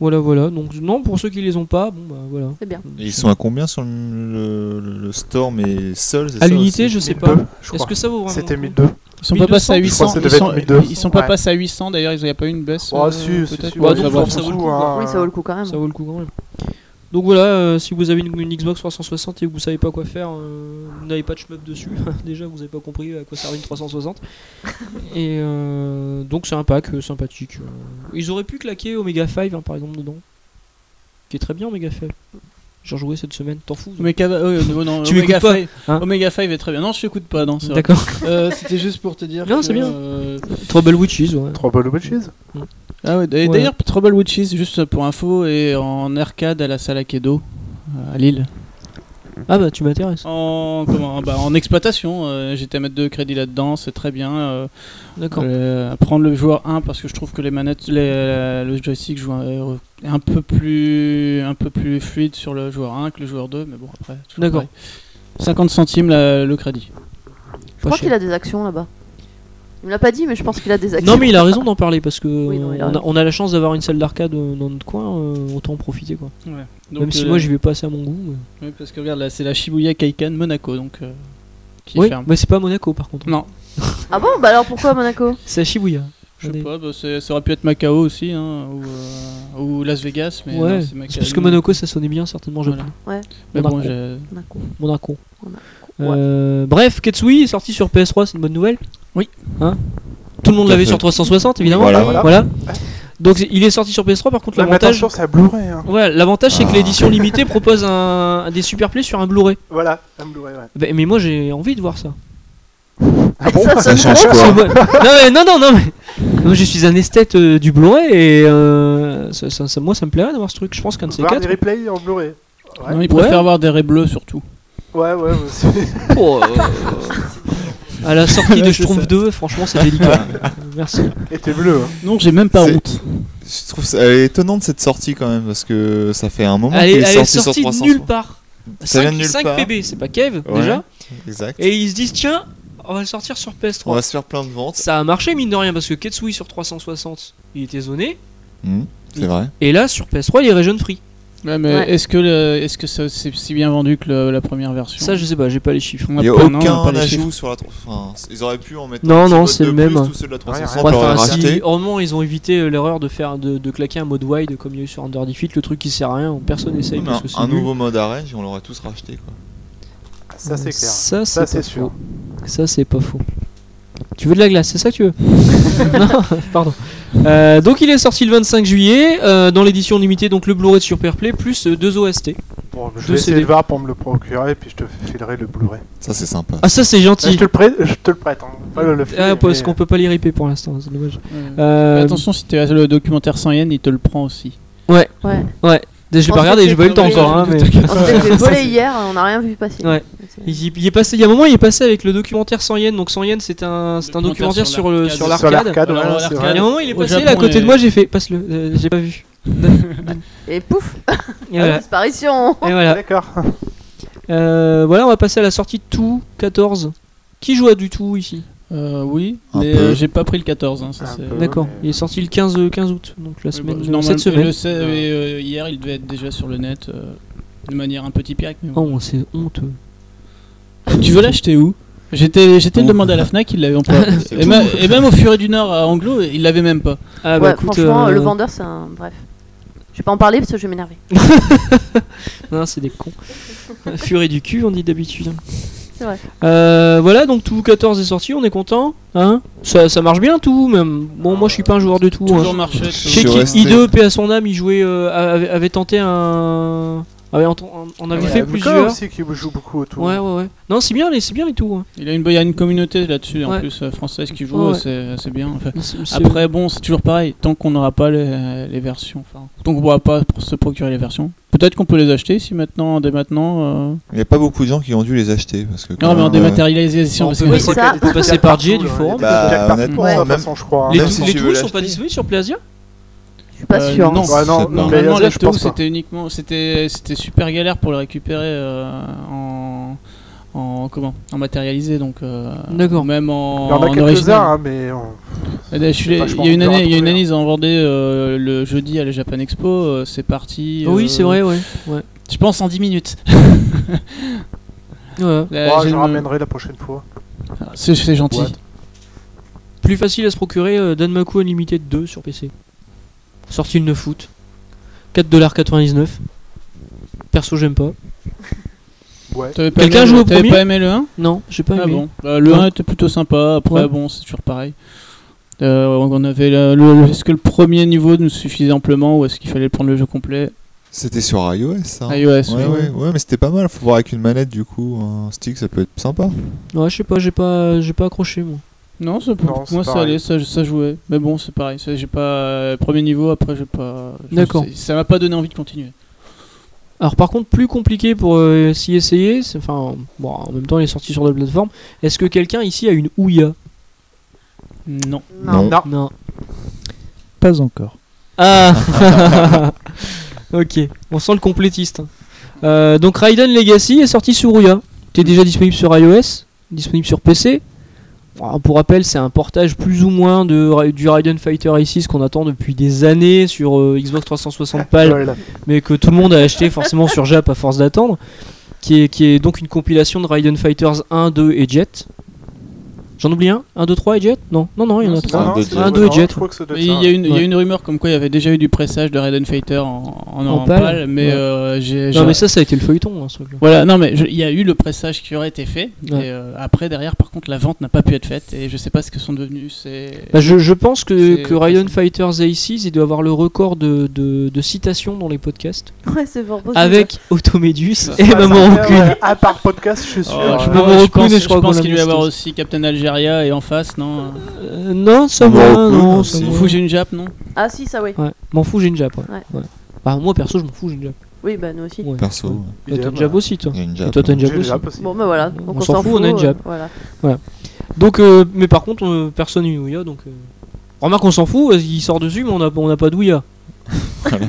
[SPEAKER 1] Voilà, voilà. Donc, non, pour ceux qui les ont pas, bon bah voilà.
[SPEAKER 4] C'est bien.
[SPEAKER 3] Et Ils sont à combien sur le, le- le- le store, mais seuls c'est
[SPEAKER 1] À
[SPEAKER 3] ça
[SPEAKER 1] l'unité,
[SPEAKER 3] aussi
[SPEAKER 1] je sais pas.
[SPEAKER 2] 1002, je
[SPEAKER 1] Est-ce
[SPEAKER 2] crois.
[SPEAKER 1] que ça vaut vraiment
[SPEAKER 2] C'était
[SPEAKER 1] le coup
[SPEAKER 2] 1002.
[SPEAKER 5] Ils sont pas
[SPEAKER 1] 1200,
[SPEAKER 5] passés à
[SPEAKER 1] je
[SPEAKER 5] 800.
[SPEAKER 2] crois que
[SPEAKER 5] Ils
[SPEAKER 2] ça
[SPEAKER 5] sont,
[SPEAKER 2] devait être 1200.
[SPEAKER 5] ils sont pas
[SPEAKER 2] Ouais.
[SPEAKER 5] passés à 800 d'ailleurs, il n'y a pas eu une baisse.
[SPEAKER 2] Oh,
[SPEAKER 5] euh,
[SPEAKER 2] si, si,
[SPEAKER 5] peut-être.
[SPEAKER 2] si,
[SPEAKER 1] Bah,
[SPEAKER 2] ouais,
[SPEAKER 1] donc,
[SPEAKER 2] ça
[SPEAKER 1] pour
[SPEAKER 2] vaut
[SPEAKER 1] ça
[SPEAKER 2] le
[SPEAKER 1] vaut le
[SPEAKER 2] coup,
[SPEAKER 1] coup,
[SPEAKER 2] hein.
[SPEAKER 4] Oui, ça vaut le coup quand même.
[SPEAKER 1] Ça vaut le coup quand même. Donc voilà, euh, si vous avez une, une Xbox 360 et que vous savez pas quoi faire, euh, vous n'avez pas de shmup dessus. Déjà, vous avez pas compris à quoi servait une 360. et euh, donc c'est un pack euh, sympathique. euh. Ils auraient pu claquer Omega 5 hein, par exemple dedans, qui est très bien Omega 5. J'ai rejoué cette semaine, t'en fous
[SPEAKER 5] Omega, euh, non, non,
[SPEAKER 1] Tu
[SPEAKER 5] Omega
[SPEAKER 1] m'écoutes pas,
[SPEAKER 5] 5
[SPEAKER 1] hein
[SPEAKER 5] Omega 5 est très bien. Non, je t'écoute pas, non, c'est vrai.
[SPEAKER 1] D'accord.
[SPEAKER 5] Euh, C'était juste pour te dire.
[SPEAKER 1] Non,
[SPEAKER 5] que,
[SPEAKER 1] c'est bien.
[SPEAKER 5] euh,
[SPEAKER 1] Trouble Witches, ouais.
[SPEAKER 2] Trois balles au cheese
[SPEAKER 5] Ah ouais, et
[SPEAKER 6] Ouais.
[SPEAKER 5] d'ailleurs, Trouble Witches, juste pour info, est en arcade à la salle Akedo, euh, à Lille.
[SPEAKER 1] Ah bah tu m'intéresses.
[SPEAKER 5] En, comment, bah, en exploitation, euh, j'étais à mettre deux crédits là-dedans, c'est très bien. euh,
[SPEAKER 1] D'accord.
[SPEAKER 5] euh, à prendre le joueur 1 parce que je trouve que les manettes, les- la- le joystick joue euh, est un peu, plus, un peu plus fluide sur le joueur 1 que le joueur 2, mais bon, après. toujours
[SPEAKER 1] D'accord.
[SPEAKER 5] pareil. 50 centimes la- le crédit.
[SPEAKER 4] Je crois qu'il a des actions là-bas. Il me l'a pas dit, mais je pense qu'il a des actions.
[SPEAKER 1] Non mais il a raison d'en parler parce que
[SPEAKER 4] Oui, non, il a
[SPEAKER 1] on, a,
[SPEAKER 4] raison.
[SPEAKER 1] on a la chance d'avoir une salle d'arcade euh, dans notre coin, euh, autant en profiter quoi.
[SPEAKER 5] Donc,
[SPEAKER 1] Même si
[SPEAKER 5] euh,
[SPEAKER 1] moi j'y vais pas assez à mon goût.
[SPEAKER 5] oui, parce que regarde, là, c'est la Shibuya Kaikan Monaco, donc. euh, qui
[SPEAKER 1] Mais... Oui,
[SPEAKER 5] ferme.
[SPEAKER 1] mais c'est pas à Monaco par contre.
[SPEAKER 5] Non,
[SPEAKER 4] Ah bon Bah alors pourquoi Monaco
[SPEAKER 1] C'est à Shibuya.
[SPEAKER 5] Je sais
[SPEAKER 1] Regardez.
[SPEAKER 5] pas, bah, c'est- ça aurait pu être Macao aussi, hein, ou, euh, ou Las Vegas, mais
[SPEAKER 1] ouais.
[SPEAKER 5] non, c'est
[SPEAKER 1] C'est
[SPEAKER 5] Macao.
[SPEAKER 1] parce que Monaco ça sonnait bien certainement je
[SPEAKER 5] Voilà.
[SPEAKER 1] pense.
[SPEAKER 5] Mais bon,
[SPEAKER 1] Monaco.
[SPEAKER 5] j'ai-
[SPEAKER 4] Monaco.
[SPEAKER 1] Monaco.
[SPEAKER 4] Monaco,
[SPEAKER 1] Euh, Bref, Ketsui est sorti sur PS3, c'est une bonne nouvelle.
[SPEAKER 5] Oui.
[SPEAKER 1] Hein Tout le monde
[SPEAKER 3] Tout à
[SPEAKER 1] l'avait
[SPEAKER 3] fait.
[SPEAKER 1] sur 360 évidemment.
[SPEAKER 3] Voilà.
[SPEAKER 1] Voilà. Donc il est sorti sur PS3 par contre
[SPEAKER 2] Là, mais
[SPEAKER 1] l'avantage
[SPEAKER 2] attention, c'est à Blu-ray. Hein.
[SPEAKER 1] Ouais, l'avantage c'est que
[SPEAKER 3] Ah.
[SPEAKER 1] l'édition limitée propose un, des superplays sur un Blu-ray.
[SPEAKER 2] Voilà, un Blu-ray, ouais.
[SPEAKER 1] Bah, mais moi j'ai envie de voir ça.
[SPEAKER 2] Ah bon
[SPEAKER 4] ça,
[SPEAKER 3] Ça
[SPEAKER 4] sonne
[SPEAKER 3] change
[SPEAKER 4] trop.
[SPEAKER 1] Parce que
[SPEAKER 3] quoi
[SPEAKER 1] moi- non, mais, non, non, non, mais- Moi je suis un esthète euh, du Blu-ray et euh, ça- ça- ça- moi ça me plairait d'avoir ce truc. Je pense qu'un de ces
[SPEAKER 2] Voir
[SPEAKER 1] quatre.
[SPEAKER 2] des replays en Blu-ray. Ouais,
[SPEAKER 5] Non,
[SPEAKER 2] ouais,
[SPEAKER 5] il préfère avoir des raies bleues surtout.
[SPEAKER 2] ouais. ouais, c'est-
[SPEAKER 1] oh, euh, à la sortie de
[SPEAKER 5] Ouais, c'est
[SPEAKER 1] Schtroumpf
[SPEAKER 5] ça.
[SPEAKER 1] 2, franchement c'est délicat. Euh, Merci.
[SPEAKER 2] Et t'es bleu, hein.
[SPEAKER 5] Non, j'ai même pas
[SPEAKER 3] C'est-
[SPEAKER 5] honte.
[SPEAKER 3] Je trouve ça elle est étonnante cette sortie quand même parce que ça fait un moment
[SPEAKER 1] Elle, est-
[SPEAKER 3] qu'elle
[SPEAKER 1] elle est
[SPEAKER 3] est sortie
[SPEAKER 1] sortie
[SPEAKER 3] sur
[SPEAKER 1] de
[SPEAKER 3] 300.
[SPEAKER 1] nulle part.
[SPEAKER 3] Ça vient de nulle
[SPEAKER 1] 5
[SPEAKER 3] part.
[SPEAKER 1] PB, c'est pas Cave
[SPEAKER 3] Ouais,
[SPEAKER 1] déjà.
[SPEAKER 3] Exact.
[SPEAKER 1] Et ils se disent tiens, on va le sortir sur PS3.
[SPEAKER 3] On va se faire plein de ventes.
[SPEAKER 1] Ça a marché mine de rien parce que Ketsui sur 360 il était zoné.
[SPEAKER 3] Hmm, c'est vrai.
[SPEAKER 1] Et là, sur PS3, il est region free.
[SPEAKER 5] Ouais, mais
[SPEAKER 4] Ouais.
[SPEAKER 5] est-ce que le- est-ce que ça c'est si bien vendu que le- la première version
[SPEAKER 1] Ça, je sais pas, j'ai pas les chiffres.
[SPEAKER 5] On
[SPEAKER 3] Ah, Il n'y a
[SPEAKER 5] pas- non, on a pas
[SPEAKER 3] aucun
[SPEAKER 5] les chiffres.
[SPEAKER 3] ajout sur la. tro- Enfin, ils auraient pu en mettre.
[SPEAKER 1] Non,
[SPEAKER 3] un petit
[SPEAKER 1] non,
[SPEAKER 3] vote
[SPEAKER 1] c'est
[SPEAKER 3] de
[SPEAKER 1] le
[SPEAKER 3] plus,
[SPEAKER 1] même.
[SPEAKER 3] Tous ceux de la
[SPEAKER 2] Ouais,
[SPEAKER 3] 360
[SPEAKER 1] Bref,
[SPEAKER 3] l'auraient
[SPEAKER 1] enfin, si,
[SPEAKER 3] racheté.
[SPEAKER 1] heureusement, ils ont évité euh, l'erreur de faire de, de claquer un mode wide comme il y a eu sur Under Defeat, le truc qui sert à rien, personne n'essaye
[SPEAKER 3] Mais
[SPEAKER 1] parce
[SPEAKER 3] Un,
[SPEAKER 1] que c'est
[SPEAKER 3] un
[SPEAKER 1] nul.
[SPEAKER 3] nouveau mode arrange et on l'aurait tous racheté. Quoi.
[SPEAKER 2] Ça, c'est clair.
[SPEAKER 1] Ça,
[SPEAKER 2] Ça,
[SPEAKER 1] c'est pas
[SPEAKER 2] c'est sûr.
[SPEAKER 1] faux. Ça, c'est pas faux. Tu veux de la glace, c'est ça que tu veux Non, pardon. Euh, donc, il est sorti le 25 juillet euh, dans l'édition limitée, donc le Blu-ray de Superplay plus euh, deux OST.
[SPEAKER 2] Bon, je
[SPEAKER 1] Deux
[SPEAKER 2] vais essayer
[SPEAKER 1] CD.
[SPEAKER 2] de voir pour me le procurer, puis je te filerai le Blu-ray.
[SPEAKER 3] Ça, c'est sympa.
[SPEAKER 1] Ah, ça, c'est
[SPEAKER 2] Ah, Je
[SPEAKER 1] gentil.
[SPEAKER 2] te le prête, je te le prête. hein. Pas le, le filer,
[SPEAKER 1] Ah, parce
[SPEAKER 2] mais-
[SPEAKER 1] qu'on peut pas les riper pour l'instant, c'est dommage.
[SPEAKER 5] Ouais.
[SPEAKER 1] Euh,
[SPEAKER 5] Attention, si tu as le documentaire 100 yens, il te le prend aussi.
[SPEAKER 4] Ouais.
[SPEAKER 1] je l'ai pas
[SPEAKER 4] pense
[SPEAKER 1] regardé,
[SPEAKER 4] que
[SPEAKER 1] j'ai pas eu le temps
[SPEAKER 4] c'est
[SPEAKER 1] encore. hein, mais...
[SPEAKER 4] On s'est fait voler hier, on n'a rien vu passer.
[SPEAKER 1] Ouais.
[SPEAKER 4] C'est-
[SPEAKER 1] Il, y- il est passé, il y a un moment, il est passé avec le documentaire 100 yens. Donc 100 yens, c'est un, c'est un documentaire sur le- sur
[SPEAKER 5] Sur
[SPEAKER 2] Sur
[SPEAKER 1] l'arcade.
[SPEAKER 2] l'arcade,
[SPEAKER 5] Voilà,
[SPEAKER 2] ouais, c'est
[SPEAKER 1] Il
[SPEAKER 5] l'arcade.
[SPEAKER 1] y a
[SPEAKER 2] vrai.
[SPEAKER 1] un moment, il est
[SPEAKER 5] Au
[SPEAKER 1] passé
[SPEAKER 5] Japon,
[SPEAKER 1] là à côté de
[SPEAKER 5] et-
[SPEAKER 1] moi, j'ai fait passe le, euh, j'ai pas vu.
[SPEAKER 4] Et pouf,
[SPEAKER 1] Et voilà.
[SPEAKER 4] disparition.
[SPEAKER 1] Et voilà.
[SPEAKER 2] D'accord.
[SPEAKER 1] Euh, voilà, on va passer à la sortie de tout 14. Qui joue à du tout ici
[SPEAKER 5] Euh, oui,
[SPEAKER 3] Un
[SPEAKER 5] mais
[SPEAKER 3] peu.
[SPEAKER 5] euh, j'ai pas pris le 14. hein, ça,
[SPEAKER 2] Un
[SPEAKER 5] c'est-
[SPEAKER 2] peu.
[SPEAKER 5] Oui,
[SPEAKER 1] D'accord.
[SPEAKER 2] mais-
[SPEAKER 1] Il est sorti le 15, euh, 15 août, donc la
[SPEAKER 5] bah,
[SPEAKER 1] semaine, euh,
[SPEAKER 5] normalement,
[SPEAKER 1] cette semaine.
[SPEAKER 5] le seize, et, euh, hier, il devait être déjà sur le net euh, de manière un petit pirate. mais bon.
[SPEAKER 1] Oh, c'est honteux.
[SPEAKER 5] Tu veux l'acheter où J'étais j'étais le
[SPEAKER 3] Bon.
[SPEAKER 5] demander à la Fnac, il l'avait encore.
[SPEAKER 1] Eh
[SPEAKER 5] et,
[SPEAKER 1] ben,
[SPEAKER 5] ma- et même au Furet du Nord à Anglo, il l'avait même pas.
[SPEAKER 1] Ah
[SPEAKER 4] ouais, franchement, le vendeur, c'est un. Bref. Je vais pas en parler parce que je vais m'énerver.
[SPEAKER 1] Non, c'est des cons. Furet du cul, on dit d'habitude.
[SPEAKER 4] C'est vrai.
[SPEAKER 1] Euh, voilà, donc tout 14 est sorti, on est content. Hein ça, ça marche bien tout, même. Bon, moi je suis pas un joueur de tout. hein.
[SPEAKER 5] Toujours marché.
[SPEAKER 1] Je
[SPEAKER 3] Je
[SPEAKER 1] sais
[SPEAKER 3] suis
[SPEAKER 5] toujours.
[SPEAKER 3] resté-
[SPEAKER 1] qu'il- I2, paix à son âme, il jouait, euh, avait, avait tenté un. avait ent- on avait
[SPEAKER 5] Ah, Ouais,
[SPEAKER 1] fait
[SPEAKER 2] Nico
[SPEAKER 1] plusieurs.
[SPEAKER 2] aussi qui joue beaucoup autour.
[SPEAKER 1] Ouais, ouais, ouais. Non, c'est bien les, c'est bien les tours. hein.
[SPEAKER 5] Il, a une, il y a une communauté là-dessus en
[SPEAKER 1] Ouais.
[SPEAKER 5] plus euh, française qui joue,
[SPEAKER 1] Ouais, ouais.
[SPEAKER 5] c'est c'est bien. Enfin,
[SPEAKER 1] C'est- c'est-
[SPEAKER 5] après, bon, c'est toujours pareil, tant qu'on n'aura pas les, les versions, enfin, tant qu'on ne pourra pas pour se procurer les versions. Peut-être qu'on peut les acheter si maintenant, dès maintenant. euh,
[SPEAKER 3] Il n'y a pas beaucoup de gens qui ont dû les acheter. Parce que
[SPEAKER 5] Non,
[SPEAKER 3] quand
[SPEAKER 5] mais en
[SPEAKER 3] même, euh,
[SPEAKER 5] dématérialisation,
[SPEAKER 1] on
[SPEAKER 5] parce
[SPEAKER 1] peut
[SPEAKER 5] que-
[SPEAKER 1] Ouais,
[SPEAKER 4] Oui, ça.
[SPEAKER 1] peut passer par Jay,
[SPEAKER 2] hein.
[SPEAKER 1] du forum.
[SPEAKER 3] Bah, honnêtement,
[SPEAKER 2] honnêtement,
[SPEAKER 3] même-
[SPEAKER 2] je crois. hein.
[SPEAKER 1] les
[SPEAKER 3] même
[SPEAKER 1] tou-
[SPEAKER 3] si
[SPEAKER 1] les
[SPEAKER 3] tu veux
[SPEAKER 1] tours sont
[SPEAKER 3] l'acheter.
[SPEAKER 1] pas disponibles sur Plasia
[SPEAKER 4] Je suis pas
[SPEAKER 5] Euh,
[SPEAKER 4] sûr.
[SPEAKER 5] non.
[SPEAKER 2] Ouais, non,
[SPEAKER 3] c'est-
[SPEAKER 2] non, mais
[SPEAKER 5] Normalement,
[SPEAKER 2] là,
[SPEAKER 5] la
[SPEAKER 2] je
[SPEAKER 5] Théo,
[SPEAKER 2] pense pas.
[SPEAKER 5] c'était uniquement, c'était, c'était super galère pour le récupérer euh, en, en comment, en matérialisé, donc. euh,
[SPEAKER 1] D'accord.
[SPEAKER 5] Même en,
[SPEAKER 2] Il y en a
[SPEAKER 5] original.
[SPEAKER 2] quelques-uns, hein, mais
[SPEAKER 1] Euh,
[SPEAKER 2] on-
[SPEAKER 5] Eh ben, je suis
[SPEAKER 2] C'est
[SPEAKER 5] là- Il
[SPEAKER 2] vachement
[SPEAKER 5] y a une
[SPEAKER 2] dur à
[SPEAKER 5] année, il y a une
[SPEAKER 2] trouver,
[SPEAKER 5] année, ils en vendaient euh, le jeudi à la Japan Expo. euh, c'est parti. euh,
[SPEAKER 1] Oui, c'est vrai, ouais. ouais.
[SPEAKER 5] Je pense en 10 minutes.
[SPEAKER 1] Ouais.
[SPEAKER 5] Là,
[SPEAKER 2] Ouais,
[SPEAKER 5] j'ai
[SPEAKER 2] je
[SPEAKER 5] une-
[SPEAKER 2] ramènerai la prochaine fois.
[SPEAKER 5] C'est, c'est gentil.
[SPEAKER 2] Boîte.
[SPEAKER 1] Plus facile à se procurer euh, Danmaku Unlimited 2 sur PC. Sorti le 9 août. 4,99$. Perso, j'aime pas.
[SPEAKER 2] Ouais.
[SPEAKER 5] T'avais pas
[SPEAKER 1] Quelqu'un
[SPEAKER 5] aimé-
[SPEAKER 1] joue au
[SPEAKER 5] t'avais
[SPEAKER 1] premier
[SPEAKER 5] pas aimé le 1
[SPEAKER 1] Non, j'ai pas
[SPEAKER 5] Ah
[SPEAKER 1] aimé.
[SPEAKER 5] bon. Bah, le
[SPEAKER 1] Non.
[SPEAKER 5] 1 était plutôt sympa. Après,
[SPEAKER 1] Ouais.
[SPEAKER 5] bon, c'est toujours pareil. Euh, on avait la- le- le- est-ce que le premier niveau nous suffisait amplement ou est-ce qu'il fallait prendre le jeu complet Ah,
[SPEAKER 3] C'était sur iOS, ça.
[SPEAKER 5] iOS, oui,
[SPEAKER 3] ouais,
[SPEAKER 5] oui.
[SPEAKER 3] ouais, ouais, mais c'était pas mal. Faut voir avec une manette, du coup, un stick, ça peut être sympa.
[SPEAKER 1] Ouais, je sais pas, j'ai pas, j'ai pas accroché moi.
[SPEAKER 5] Non, c'est pour
[SPEAKER 2] Non, c'est
[SPEAKER 5] moi ça
[SPEAKER 2] pareil.
[SPEAKER 5] allait, ça, ça jouait. Mais bon, c'est pareil. ça, J'ai pas euh, premier niveau, après j'ai pas. je-
[SPEAKER 1] D'accord.
[SPEAKER 5] c'est- Ça m'a pas donné envie de continuer.
[SPEAKER 1] Alors par contre, plus compliqué pour euh, s'y essayer, c'est- enfin, bon, en même temps, il est sorti sur d'autres plateformes. Est-ce que quelqu'un ici a une Ouya
[SPEAKER 5] Non.
[SPEAKER 3] Non.
[SPEAKER 2] Non.
[SPEAKER 1] Non.
[SPEAKER 6] Pas encore.
[SPEAKER 1] Ah Ok, on sent le complétiste. hein. Euh, donc Raiden Legacy est sorti sur Ouya. T'es déjà disponible sur iOS, disponible sur PC. Bon, pour rappel, c'est un portage plus ou moins de, Ra- du Raiden Fighter i6 qu'on attend depuis des années sur euh, Xbox 360 PAL
[SPEAKER 2] Ouais, là.
[SPEAKER 1] mais que tout le monde a acheté forcément sur Jap à force d'attendre, qui est, qui est donc une compilation de Raiden Fighters 1, 2 et Jet. J'en oublie un 1, 2, 3 et Jet Non, non, non, il y en
[SPEAKER 5] Non,
[SPEAKER 1] a
[SPEAKER 5] c'est
[SPEAKER 1] 3.
[SPEAKER 3] ça.
[SPEAKER 2] non,
[SPEAKER 3] deux,
[SPEAKER 2] c'est-
[SPEAKER 1] un,
[SPEAKER 2] ouais,
[SPEAKER 1] deux,
[SPEAKER 2] non,
[SPEAKER 1] jet.
[SPEAKER 2] Je crois que ça doit
[SPEAKER 5] Mais
[SPEAKER 2] être
[SPEAKER 5] Il
[SPEAKER 2] ça. hein.
[SPEAKER 5] y, a une- il y a
[SPEAKER 1] Ouais.
[SPEAKER 5] une rumeur comme quoi il y avait déjà eu du pressage de Raiden Fighter en, en,
[SPEAKER 1] En
[SPEAKER 5] en
[SPEAKER 1] pâle.
[SPEAKER 5] pâle, mais
[SPEAKER 1] Ouais.
[SPEAKER 5] euh, j'ai. j'ai-
[SPEAKER 1] Non, mais ça, ça a été le feuilleton. hein, ce truc-là.
[SPEAKER 5] Voilà, non mais je- il y a eu le pressage qui aurait été fait.
[SPEAKER 1] Ouais.
[SPEAKER 5] Et euh, après, derrière, par contre, la vente n'a pas pu être faite et je sais pas ce que sont devenus. C'est.
[SPEAKER 1] Bah, je, je pense que,
[SPEAKER 5] C'est-
[SPEAKER 1] que Raiden Fighters A6, il doit avoir le record de, de, de citations dans les podcasts.
[SPEAKER 4] Ouais, Oh, c'est fort possible.
[SPEAKER 1] Avec Automédus
[SPEAKER 5] Ah,
[SPEAKER 1] et
[SPEAKER 2] Ah, ça
[SPEAKER 1] Maman
[SPEAKER 2] fait,
[SPEAKER 1] Rocune.
[SPEAKER 2] ouais, À part podcast, je suis sûr.
[SPEAKER 5] Oh, je,
[SPEAKER 1] Ouais.
[SPEAKER 2] hein.
[SPEAKER 1] Maman
[SPEAKER 5] je
[SPEAKER 1] Raccoon,
[SPEAKER 5] pense,
[SPEAKER 1] et je
[SPEAKER 5] je
[SPEAKER 1] crois
[SPEAKER 5] pense
[SPEAKER 1] qu'on
[SPEAKER 5] qu'il doit y
[SPEAKER 1] l'amène
[SPEAKER 5] avoir
[SPEAKER 1] tous.
[SPEAKER 5] aussi Captain Algeria et en face, non
[SPEAKER 1] Euh, non, ça
[SPEAKER 3] Maman
[SPEAKER 1] va,
[SPEAKER 3] Rocune
[SPEAKER 1] non,
[SPEAKER 3] aussi.
[SPEAKER 1] ça
[SPEAKER 5] Vous
[SPEAKER 1] va.
[SPEAKER 5] Fou, j'ai une Jap, non
[SPEAKER 4] Ah si, ça oui.
[SPEAKER 1] Ouais, M'en fous, j'ai une Jap. Ouais.
[SPEAKER 4] Ouais.
[SPEAKER 1] Ouais. Bah, moi, perso, je m'en fous, j'ai une Jap.
[SPEAKER 4] Oui, bah nous aussi.
[SPEAKER 1] Ouais.
[SPEAKER 3] Perso,
[SPEAKER 1] Ouais.
[SPEAKER 3] ouais.
[SPEAKER 1] Toi, t'as une
[SPEAKER 2] Idem,
[SPEAKER 1] Jap
[SPEAKER 2] ouais.
[SPEAKER 1] aussi, toi.
[SPEAKER 3] il y a une
[SPEAKER 1] Et
[SPEAKER 3] Jap. hein.
[SPEAKER 1] toi, t'as une
[SPEAKER 2] J'ai
[SPEAKER 1] Jap
[SPEAKER 2] le
[SPEAKER 1] aussi.
[SPEAKER 2] Jap aussi.
[SPEAKER 4] Bon, bah voilà.
[SPEAKER 1] On
[SPEAKER 4] Donc on
[SPEAKER 1] s'en
[SPEAKER 4] s'en
[SPEAKER 1] fout, on a une
[SPEAKER 4] euh,
[SPEAKER 1] jab.
[SPEAKER 4] Voilà.
[SPEAKER 1] Donc, euh, mais par contre, euh, personne n'y ouïa, donc. euh, Remarque, on s'en fout, euh, il sort dessus, mais on n'a on n'a pas d'ouïa.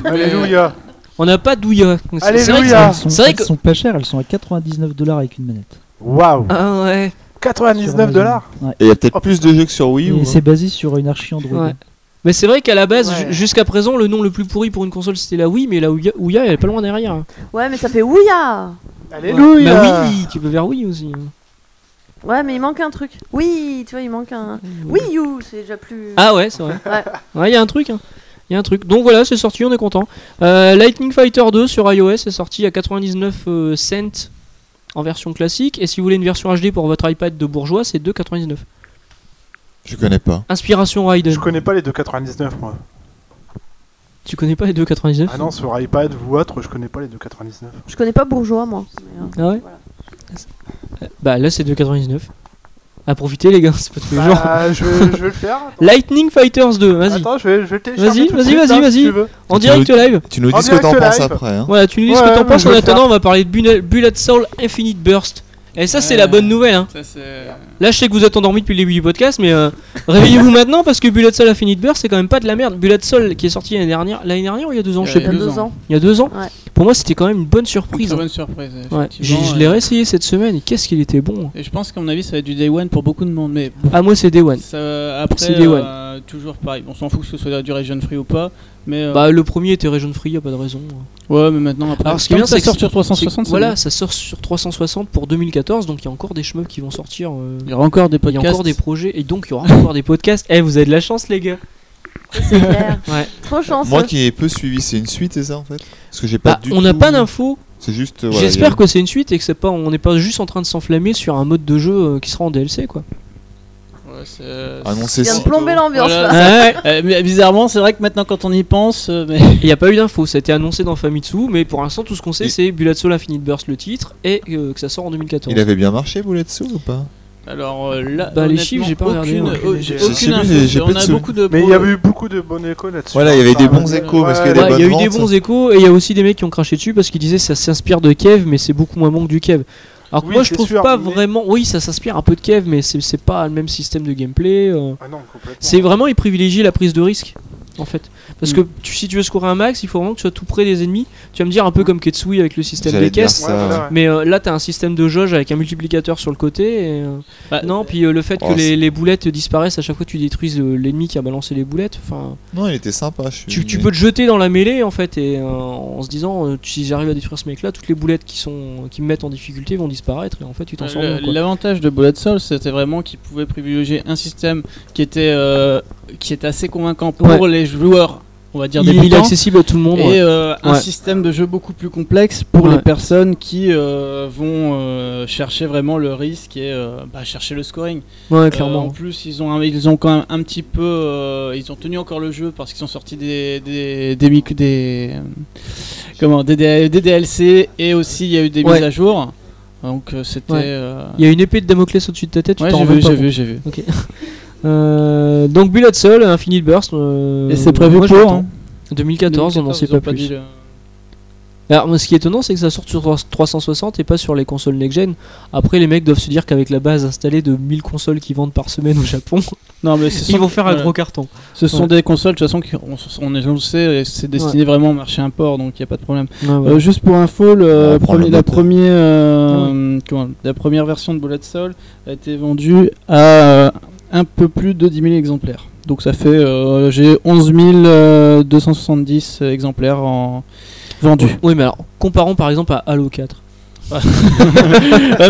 [SPEAKER 2] Alléluia.
[SPEAKER 1] On n'a pas d'ouïa. Donc, c'est- c'est vrai que-
[SPEAKER 2] Alléluia.
[SPEAKER 6] elles sont,
[SPEAKER 1] c'est vrai
[SPEAKER 6] elles
[SPEAKER 1] que-
[SPEAKER 6] sont pas chères, elles sont à 99 dollars avec une manette.
[SPEAKER 2] Waouh.
[SPEAKER 1] Ah ouais.
[SPEAKER 6] Sur
[SPEAKER 2] 99
[SPEAKER 6] Amazon.
[SPEAKER 2] dollars.
[SPEAKER 6] Ouais.
[SPEAKER 3] Et il y a
[SPEAKER 2] Oh,
[SPEAKER 3] peut-être plus de jeux que sur Wii.
[SPEAKER 6] Et
[SPEAKER 3] ou- hein.
[SPEAKER 6] c'est basé sur une archi Android.
[SPEAKER 1] Ouais. Mais c'est vrai qu'à la base,
[SPEAKER 4] Ouais.
[SPEAKER 1] ju- jusqu'à présent, le nom le plus pourri pour une console c'était la Wii, mais la Ouya, Ouya, elle est pas loin derrière. hein.
[SPEAKER 4] Ouais, mais ça fait ouïa
[SPEAKER 1] Ouais.
[SPEAKER 2] Alléluia.
[SPEAKER 1] Bah oui, tu peux faire oui aussi. hein.
[SPEAKER 4] Ouais, mais il manque un truc. Oui, tu vois, il manque un. Oui, you, c'est déjà plus.
[SPEAKER 1] Ah ouais, c'est vrai.
[SPEAKER 4] Ouais.
[SPEAKER 1] il y a un truc. hein. Il y a un truc. Donc voilà, c'est sorti, on est content. Euh, Lightning Fighter 2 sur iOS est sorti à 99 euh, cents en version classique. Et si vous voulez une version HD pour votre iPad de bourgeois, c'est 2,99.
[SPEAKER 3] Je connais pas.
[SPEAKER 1] Inspiration Raiden.
[SPEAKER 2] Je connais pas les 2,99 moi.
[SPEAKER 1] Tu connais pas les 2,99
[SPEAKER 2] Ah non, sur iPad ou autre, je connais pas les 2,99.
[SPEAKER 4] Je connais pas bourgeois, moi. Mais, euh,
[SPEAKER 1] Ah ouais
[SPEAKER 4] voilà.
[SPEAKER 1] Bah là, c'est 2,99. À profiter, les gars, c'est pas tous les jours.
[SPEAKER 2] Bah, je, vais- je vais le faire. Attends,
[SPEAKER 1] Lightning Fighters 2, vas-y.
[SPEAKER 2] Attends, je vais, je vais le télécharger
[SPEAKER 1] Vas-y,
[SPEAKER 2] tout de
[SPEAKER 1] vas-y,
[SPEAKER 2] suite,
[SPEAKER 1] vas-y,
[SPEAKER 2] là,
[SPEAKER 1] vas-y.
[SPEAKER 2] si tu veux.
[SPEAKER 1] En
[SPEAKER 3] Tu
[SPEAKER 1] direct live.
[SPEAKER 3] Tu nous
[SPEAKER 2] En
[SPEAKER 3] dis ce que t'en
[SPEAKER 2] direct
[SPEAKER 3] penses
[SPEAKER 2] live.
[SPEAKER 3] après. Hein.
[SPEAKER 1] Voilà, tu nous dis ce
[SPEAKER 2] Ouais,
[SPEAKER 1] que t'en
[SPEAKER 2] mais
[SPEAKER 1] penses.
[SPEAKER 2] je
[SPEAKER 1] En
[SPEAKER 2] vais le faire.
[SPEAKER 1] attendant, on va parler de Buna- Bullet Soul Infinite Burst. Et ça, c'est
[SPEAKER 5] Ouais.
[SPEAKER 1] la bonne nouvelle. Hein.
[SPEAKER 5] Ça, c'est.
[SPEAKER 1] Là, je sais que vous êtes endormi depuis le début du podcast, mais euh, réveillez-vous maintenant parce que Bullet Soul Infinite Burst, c'est quand même pas de la merde. Bullet Soul qui est sorti l'année dernière, l'année dernière ou il y a deux ans, je sais
[SPEAKER 4] Il y a
[SPEAKER 1] plus.
[SPEAKER 5] deux
[SPEAKER 4] deux
[SPEAKER 5] ans.
[SPEAKER 4] ans.
[SPEAKER 1] Il y a deux ans.
[SPEAKER 4] Ouais.
[SPEAKER 1] Pour moi, c'était quand même une bonne surprise.
[SPEAKER 5] Très
[SPEAKER 1] hein.
[SPEAKER 5] bonne surprise.
[SPEAKER 1] Ouais. J'ai-
[SPEAKER 5] effectivement,
[SPEAKER 1] Je
[SPEAKER 5] euh,
[SPEAKER 1] l'ai réessayé cette semaine. et Qu'est-ce qu'il était bon. hein.
[SPEAKER 5] Et je pense qu'à mon avis, ça va être du day one pour beaucoup de monde. Mais
[SPEAKER 1] Ah, moi, c'est Day One.
[SPEAKER 5] ça- après,
[SPEAKER 1] C'est day
[SPEAKER 5] euh, toujours pareil. On s'en fout que ce soit du region free ou pas. Mais euh,
[SPEAKER 1] Bah, le premier était Region Free, y a pas de raison. hein.
[SPEAKER 5] ouais, mais maintenant après.
[SPEAKER 1] Alors, ce qui est
[SPEAKER 5] Ah,
[SPEAKER 1] bien,
[SPEAKER 5] tant que ça
[SPEAKER 1] c'est que
[SPEAKER 5] sort sur
[SPEAKER 1] C'est-
[SPEAKER 5] 360.
[SPEAKER 1] Voilà,
[SPEAKER 5] c'est
[SPEAKER 1] ça sort sur 360 pour 2014, donc il y a encore des chemins qui vont sortir. euh,
[SPEAKER 5] bon. Il y aura encore des
[SPEAKER 1] Il y a
[SPEAKER 5] podcasts.
[SPEAKER 1] encore des projets et donc il y aura encore des podcasts. Eh, vous avez de la chance, les gars.
[SPEAKER 4] C'est clair.
[SPEAKER 1] Ouais.
[SPEAKER 4] Trop chanceux.
[SPEAKER 3] Moi qui ai peu suivi, c'est une suite, c'est ça en fait Parce que j'ai pas
[SPEAKER 1] Bah,
[SPEAKER 3] du
[SPEAKER 1] on n'a
[SPEAKER 3] tout-
[SPEAKER 1] pas d'infos.
[SPEAKER 3] C'est juste. euh, voilà, il y
[SPEAKER 1] J'espère
[SPEAKER 3] a-
[SPEAKER 1] que c'est une suite et que c'est pas, on n'est pas juste en train de s'enflammer sur un mode de jeu euh, qui sera en DLC, quoi.
[SPEAKER 5] Ouais, c'est-
[SPEAKER 3] Ah non, c'est-
[SPEAKER 4] Viens de plomber l'ambiance,
[SPEAKER 5] Voilà,
[SPEAKER 4] là.
[SPEAKER 5] c'est-
[SPEAKER 1] Ouais,
[SPEAKER 5] Euh, mais bizarrement, c'est vrai que maintenant, quand on y pense, euh, mais
[SPEAKER 1] il n'y a pas eu d'infos. Ça a été annoncé dans Famitsu, mais pour l'instant, tout ce qu'on sait,
[SPEAKER 3] Et-
[SPEAKER 1] c'est Bullet Soul Infinite Burst, le titre, et euh, que ça sort en 2014.
[SPEAKER 3] Il avait bien marché, Bouletsu ou pas
[SPEAKER 5] alors euh, là,
[SPEAKER 1] Bah, les
[SPEAKER 5] honnêtement,
[SPEAKER 1] chiffres, j'ai pas
[SPEAKER 5] aucune,
[SPEAKER 1] regardé,
[SPEAKER 2] aucune
[SPEAKER 5] au-
[SPEAKER 2] idée. Je
[SPEAKER 5] j'ai
[SPEAKER 3] sais
[SPEAKER 5] aucune
[SPEAKER 3] plus,
[SPEAKER 5] info.
[SPEAKER 3] j'ai- j'ai
[SPEAKER 5] on
[SPEAKER 3] pas de
[SPEAKER 5] a
[SPEAKER 3] sou-
[SPEAKER 5] beaucoup de.
[SPEAKER 2] Mais il y avait eu beaucoup de bons échos là-dessus.
[SPEAKER 3] Voilà, il y avait des bons
[SPEAKER 2] Ouais,
[SPEAKER 3] échos parce
[SPEAKER 2] ouais,
[SPEAKER 3] qu'il y a des
[SPEAKER 1] Ouais, il y a eu
[SPEAKER 3] bonnes
[SPEAKER 1] des
[SPEAKER 3] ventes.
[SPEAKER 1] bons échos et il y a aussi des mecs qui ont craché dessus parce qu'ils disaient ça s'inspire de Kev, mais c'est beaucoup moins bon que du Kev. Alors que
[SPEAKER 2] Oui,
[SPEAKER 1] moi, je
[SPEAKER 2] c'est
[SPEAKER 1] trouve
[SPEAKER 2] sûr,
[SPEAKER 1] pas
[SPEAKER 2] mais-
[SPEAKER 1] vraiment. Oui, ça s'inspire un peu de Kev, mais c'est c'est pas le même système de gameplay. euh.
[SPEAKER 2] Ah non, complètement.
[SPEAKER 1] C'est vraiment, ils privilégient la prise de risque, en fait. Parce
[SPEAKER 5] Mm.
[SPEAKER 1] que tu- si tu veux scorer un max, il faut vraiment que tu sois tout près des ennemis. Tu vas me
[SPEAKER 5] Mm.
[SPEAKER 1] dire un peu comme Ketsui avec le système des
[SPEAKER 3] J'allais dire
[SPEAKER 1] caisses.
[SPEAKER 2] Ouais,
[SPEAKER 3] ça.
[SPEAKER 2] voilà, ouais.
[SPEAKER 1] Mais euh, là, t'as un système de jauge avec un multiplicateur sur le côté. et, euh,
[SPEAKER 5] Bah,
[SPEAKER 1] non, puis euh, le fait
[SPEAKER 3] oh,
[SPEAKER 1] que les,
[SPEAKER 3] c'est-
[SPEAKER 1] les boulettes disparaissent à chaque fois que tu détruises euh, l'ennemi qui a balancé les boulettes. Enfin,
[SPEAKER 3] Non, il était sympa. Je suis...
[SPEAKER 1] tu, tu peux te jeter dans la mêlée en fait, et euh, en se disant euh, si j'arrive à détruire ce mec-là, toutes les boulettes qui sont qui me mettent en difficulté vont disparaître. Et en fait, tu t'en sors
[SPEAKER 5] Le-
[SPEAKER 1] bien, quoi.
[SPEAKER 5] Euh, L'avantage de Bullet Soul, c'était vraiment qu'il pouvait privilégier un système qui était, euh, qui était assez convaincant pour les joueurs on va dire
[SPEAKER 1] il, il est
[SPEAKER 5] débutants.
[SPEAKER 1] accessible à tout le monde. ouais.
[SPEAKER 5] Et euh, un
[SPEAKER 1] Ouais.
[SPEAKER 5] système de jeu beaucoup plus complexe pour les
[SPEAKER 1] Ouais.
[SPEAKER 5] personnes qui euh, vont euh, chercher vraiment le risque et euh, bah, chercher le scoring.
[SPEAKER 1] Ouais,
[SPEAKER 5] Euh, en
[SPEAKER 1] clairement.
[SPEAKER 5] plus, ils ont, un- ils ont quand même un petit peu. euh, ils ont tenu encore le jeu parce qu'ils ont sorti des. des. des. mic- des, euh, comment des, D- des DLC et aussi il y a eu des
[SPEAKER 1] Ouais.
[SPEAKER 5] mises à jour. Donc euh, c'était.
[SPEAKER 1] Ouais.
[SPEAKER 5] euh,
[SPEAKER 1] Il y a une épée de Damoclès au-dessus de ta tête, tu
[SPEAKER 5] ouais,
[SPEAKER 1] t'en
[SPEAKER 5] j'ai
[SPEAKER 1] rends
[SPEAKER 5] vu,
[SPEAKER 1] même pas
[SPEAKER 5] j'ai
[SPEAKER 1] compte.
[SPEAKER 5] vu, j'ai vu.
[SPEAKER 1] Euh, donc Bullet Soul, Infinite Burst. euh,
[SPEAKER 5] Et c'est prévu
[SPEAKER 1] moi,
[SPEAKER 5] pour. hein.
[SPEAKER 1] j'attends. 2014, on n'en sait pas plus. Alors, moi, ce qui est étonnant, c'est que ça sort sur 360 et pas sur les consoles next-gen. Après, les mecs doivent se dire qu'avec la base installée de 1000 consoles qui vendent par semaine au Japon,
[SPEAKER 5] Non, mais ce sont,
[SPEAKER 1] ils vont faire un
[SPEAKER 5] voilà.
[SPEAKER 1] gros carton.
[SPEAKER 5] Ce sont
[SPEAKER 1] Ouais.
[SPEAKER 5] des consoles, de toute façon, qui- on, on, est- on le sait, c'est destiné vraiment au marché import, donc il n'y a pas de problème.
[SPEAKER 1] Ah,
[SPEAKER 5] Euh, juste pour info, le
[SPEAKER 3] On prend
[SPEAKER 5] premier-
[SPEAKER 3] le
[SPEAKER 5] la,
[SPEAKER 3] mode.
[SPEAKER 5] premier, euh, comment- la première version de Bullet Soul a été vendue à euh, un peu plus de 10 000 exemplaires. Donc ça fait, euh, j'ai euh, 11 270 exemplaires en vendus.
[SPEAKER 1] Euh, Oui, mais alors, comparons par exemple à Halo 4.
[SPEAKER 5] Ouais,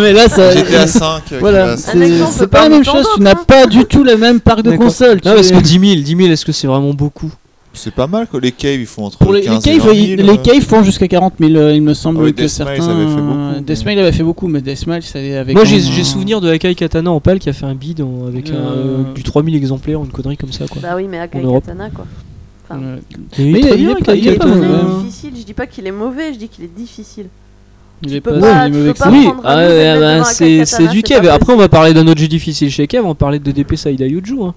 [SPEAKER 5] mais là, ça,
[SPEAKER 3] GTA 5. euh, qui
[SPEAKER 5] voilà,
[SPEAKER 3] va-
[SPEAKER 4] Un
[SPEAKER 5] c'est
[SPEAKER 4] exemple
[SPEAKER 5] c'est pas la
[SPEAKER 4] parmi
[SPEAKER 5] même
[SPEAKER 4] tant
[SPEAKER 5] chose. Tu
[SPEAKER 4] d'autres,
[SPEAKER 5] n'as
[SPEAKER 4] hein.
[SPEAKER 5] pas du tout le même parc de
[SPEAKER 1] D'accord.
[SPEAKER 5] consoles.
[SPEAKER 1] Non,
[SPEAKER 5] tu
[SPEAKER 1] Ah, parce
[SPEAKER 5] es-
[SPEAKER 1] que 10 000, 10 000, est-ce que c'est vraiment beaucoup
[SPEAKER 3] C'est pas mal que les caves ils font entre
[SPEAKER 5] Pour les, les
[SPEAKER 3] 15
[SPEAKER 5] caves,
[SPEAKER 3] et 20
[SPEAKER 5] ils-
[SPEAKER 3] 000,
[SPEAKER 5] les
[SPEAKER 3] euh.
[SPEAKER 5] caves font jusqu'à 40 000, euh, il me semble
[SPEAKER 3] Ah oui,
[SPEAKER 5] que
[SPEAKER 3] Deathmile,
[SPEAKER 5] certains.
[SPEAKER 3] ça avait fait beaucoup, mais-
[SPEAKER 5] Deathmile avait fait beaucoup, mais Deathmile, ça avait.
[SPEAKER 1] Moi, j'ai
[SPEAKER 5] quand même
[SPEAKER 1] j'ai
[SPEAKER 5] un-
[SPEAKER 1] souvenir de Akai Katana en pal qui a fait un bid en- avec un,
[SPEAKER 5] Euh.
[SPEAKER 1] euh, du 3000 exemplaires, une connerie comme ça. Quoi.
[SPEAKER 4] Bah oui, mais Akai
[SPEAKER 1] En Europe.
[SPEAKER 4] Katana quoi.
[SPEAKER 5] Ouais.
[SPEAKER 1] Et
[SPEAKER 5] Mais
[SPEAKER 1] très
[SPEAKER 5] il est
[SPEAKER 1] bien,
[SPEAKER 5] pas-
[SPEAKER 1] Akai
[SPEAKER 5] il est pas
[SPEAKER 1] Katana.
[SPEAKER 4] Il
[SPEAKER 5] mauvais,
[SPEAKER 4] est
[SPEAKER 5] hein.
[SPEAKER 4] difficile, je dis pas qu'il est mauvais, je dis qu'il est difficile.
[SPEAKER 5] Il est
[SPEAKER 4] peux
[SPEAKER 5] pas
[SPEAKER 4] pas-
[SPEAKER 5] si
[SPEAKER 4] tu
[SPEAKER 5] mauvais
[SPEAKER 4] peux
[SPEAKER 5] que
[SPEAKER 4] pas
[SPEAKER 5] ça.
[SPEAKER 1] Oui,
[SPEAKER 4] prendre un
[SPEAKER 1] ah, ouais,
[SPEAKER 4] jeu et le
[SPEAKER 1] bah,
[SPEAKER 4] mettre dans
[SPEAKER 1] c'est
[SPEAKER 4] un Akai
[SPEAKER 1] c'est
[SPEAKER 4] Katana,
[SPEAKER 1] du
[SPEAKER 4] c'est
[SPEAKER 1] Kev.
[SPEAKER 4] pas
[SPEAKER 1] Après, on va parler d'un autre jeu difficile chez Kev, on va parler de DP Side Ayuju. Hein.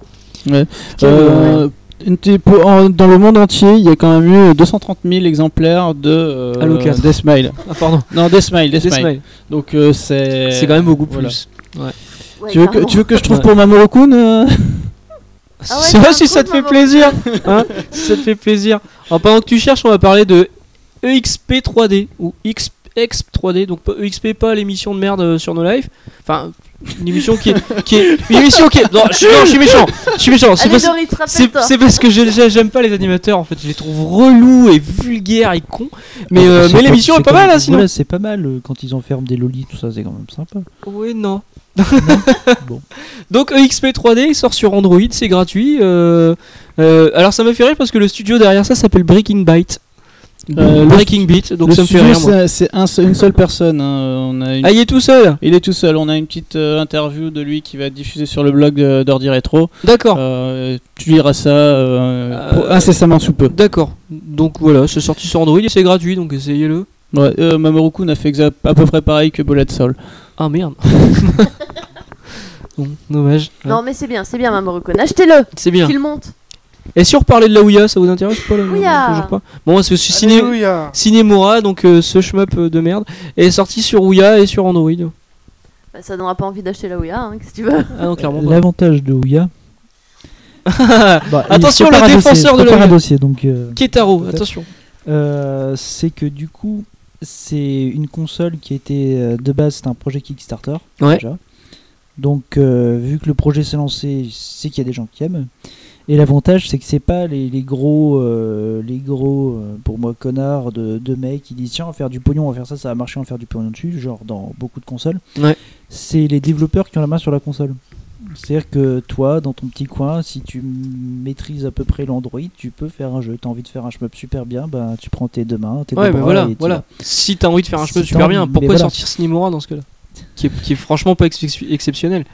[SPEAKER 5] Ouais.
[SPEAKER 1] Kev, euh,
[SPEAKER 5] Euh, une petite- pour- en- dans le monde entier, il y a quand même eu 230 000 exemplaires de euh,
[SPEAKER 1] Halo 4.
[SPEAKER 5] Deathmile.
[SPEAKER 1] Ah, pardon,
[SPEAKER 5] Non, Deathmile, Deathmile.
[SPEAKER 1] Deathmile.
[SPEAKER 5] Donc euh, c'est.
[SPEAKER 1] C'est quand même beaucoup
[SPEAKER 5] voilà.
[SPEAKER 1] plus.
[SPEAKER 4] Ouais,
[SPEAKER 5] Tu veux, que,
[SPEAKER 4] carrément.
[SPEAKER 5] tu veux que je trouve
[SPEAKER 1] Ouais.
[SPEAKER 5] pour Mamoru Kun euh,
[SPEAKER 4] Ah ouais,
[SPEAKER 1] C'est
[SPEAKER 4] c'est
[SPEAKER 1] vrai
[SPEAKER 4] un
[SPEAKER 1] si ça
[SPEAKER 4] truc,
[SPEAKER 1] te fait
[SPEAKER 4] maman.
[SPEAKER 1] plaisir. Hein si ça te fait plaisir. Alors, pendant que tu cherches, on va parler de E EXP 3D ou E XP 3D. Donc pas- EXP pas l'émission de merde euh, sur nos lives. Enfin, une émission qui est, qui est une émission qui est. Non, je, non, je suis méchant. Je suis méchant. C'est
[SPEAKER 4] Allez,
[SPEAKER 1] parce,
[SPEAKER 4] Doris,
[SPEAKER 1] c'est-
[SPEAKER 4] rappelle-toi.
[SPEAKER 1] c'est parce que j'ai- j'ai- j'aime pas les animateurs. En fait, je les trouve relous et vulgaires et cons. Mais, euh, mais l'émission est pas mal, hein, sinon.
[SPEAKER 6] Voilà, Ah, c'est pas mal euh, quand ils enferment des lolis, tout ça, c'est quand même sympa.
[SPEAKER 1] Oui, non.
[SPEAKER 6] Bon.
[SPEAKER 1] Donc E EXP 3D il sort sur Android, c'est gratuit. euh, euh, alors ça m'a fait rire parce que le studio derrière ça s'appelle Breaking Byte.
[SPEAKER 5] Euh, le-
[SPEAKER 1] Breaking Beat, donc
[SPEAKER 5] le
[SPEAKER 1] ça me fait
[SPEAKER 5] studio,
[SPEAKER 1] rire. Moi.
[SPEAKER 5] c'est- C'est un seul- une seule personne. hein. On a une-
[SPEAKER 1] Ah, il est tout seul
[SPEAKER 5] Il est tout seul. On a une petite euh, interview de lui qui va être diffusée sur le blog de- d'Ordi Rétro.
[SPEAKER 1] D'accord.
[SPEAKER 5] Euh, tu liras ça euh,
[SPEAKER 1] Oh. Euh,
[SPEAKER 5] pro- incessamment sous peu.
[SPEAKER 1] D'accord. Donc voilà, c'est sorti sur Android et c'est gratuit, donc essayez-le.
[SPEAKER 5] Ouais, euh, Mamoru Kun a fait exa- à peu près pareil que Bullet Soul.
[SPEAKER 1] Ah merde. bon, dommage. Ouais.
[SPEAKER 4] Non, mais c'est bien, c'est bien, Mamoru Kun. Achetez-le,
[SPEAKER 1] C'est bien.
[SPEAKER 4] qu'il monte.
[SPEAKER 1] Et si on reparlait de la Ouya, ça vous intéresse pas la
[SPEAKER 4] Ouya.
[SPEAKER 1] Toujours pas. Bon, c'est ciné...
[SPEAKER 2] Alléluia.
[SPEAKER 1] Cinémora, donc euh, ce shmup euh, de merde, est sorti sur Ouya et sur Android.
[SPEAKER 4] Bah, ça donnera pas envie d'acheter la Ouya, hein, qu'est-ce que tu veux.
[SPEAKER 1] Ah non, clairement
[SPEAKER 2] bah.
[SPEAKER 1] pas.
[SPEAKER 6] L'avantage de Ouya. bah, il
[SPEAKER 1] Attention,
[SPEAKER 6] prépare
[SPEAKER 1] le
[SPEAKER 6] un dossier,
[SPEAKER 1] défenseur
[SPEAKER 6] il
[SPEAKER 1] de
[SPEAKER 6] prépare
[SPEAKER 1] la-
[SPEAKER 6] un dossier, donc. euh,
[SPEAKER 1] Ketaro, attention.
[SPEAKER 6] Euh, c'est que du coup, c'est une console qui était euh, de base, c'était un projet Kickstarter.
[SPEAKER 1] Ouais.
[SPEAKER 6] Déjà. Donc, euh, vu que le projet s'est lancé, c'est qu'il y a des gens qui aiment. Et l'avantage, c'est que c'est pas les, les gros, euh, les gros, euh, pour moi, connards de, de mecs qui disent tiens, on va faire du pognon, on va faire ça, ça va marcher, on va faire du pognon dessus, genre dans beaucoup de consoles.
[SPEAKER 1] Ouais.
[SPEAKER 6] C'est les développeurs qui ont la main sur la console. C'est-à-dire que toi, dans ton petit coin, si tu m- maîtrises à peu près l'Android, tu peux faire un jeu. T'as envie de faire un shmup super bien, bah, tu prends tes deux mains, tes
[SPEAKER 1] Ouais,
[SPEAKER 6] deux
[SPEAKER 1] mais
[SPEAKER 6] bras
[SPEAKER 1] voilà,
[SPEAKER 6] et tu
[SPEAKER 1] voilà. Si t'as envie de faire un
[SPEAKER 6] Si
[SPEAKER 1] chemin
[SPEAKER 6] t'as
[SPEAKER 1] super
[SPEAKER 6] envie,
[SPEAKER 1] bien,
[SPEAKER 6] mais
[SPEAKER 1] pourquoi
[SPEAKER 6] voilà.
[SPEAKER 1] sortir Cinemora dans ce cas-là qui est, qui est franchement pas ex- exceptionnel.
[SPEAKER 6] vas.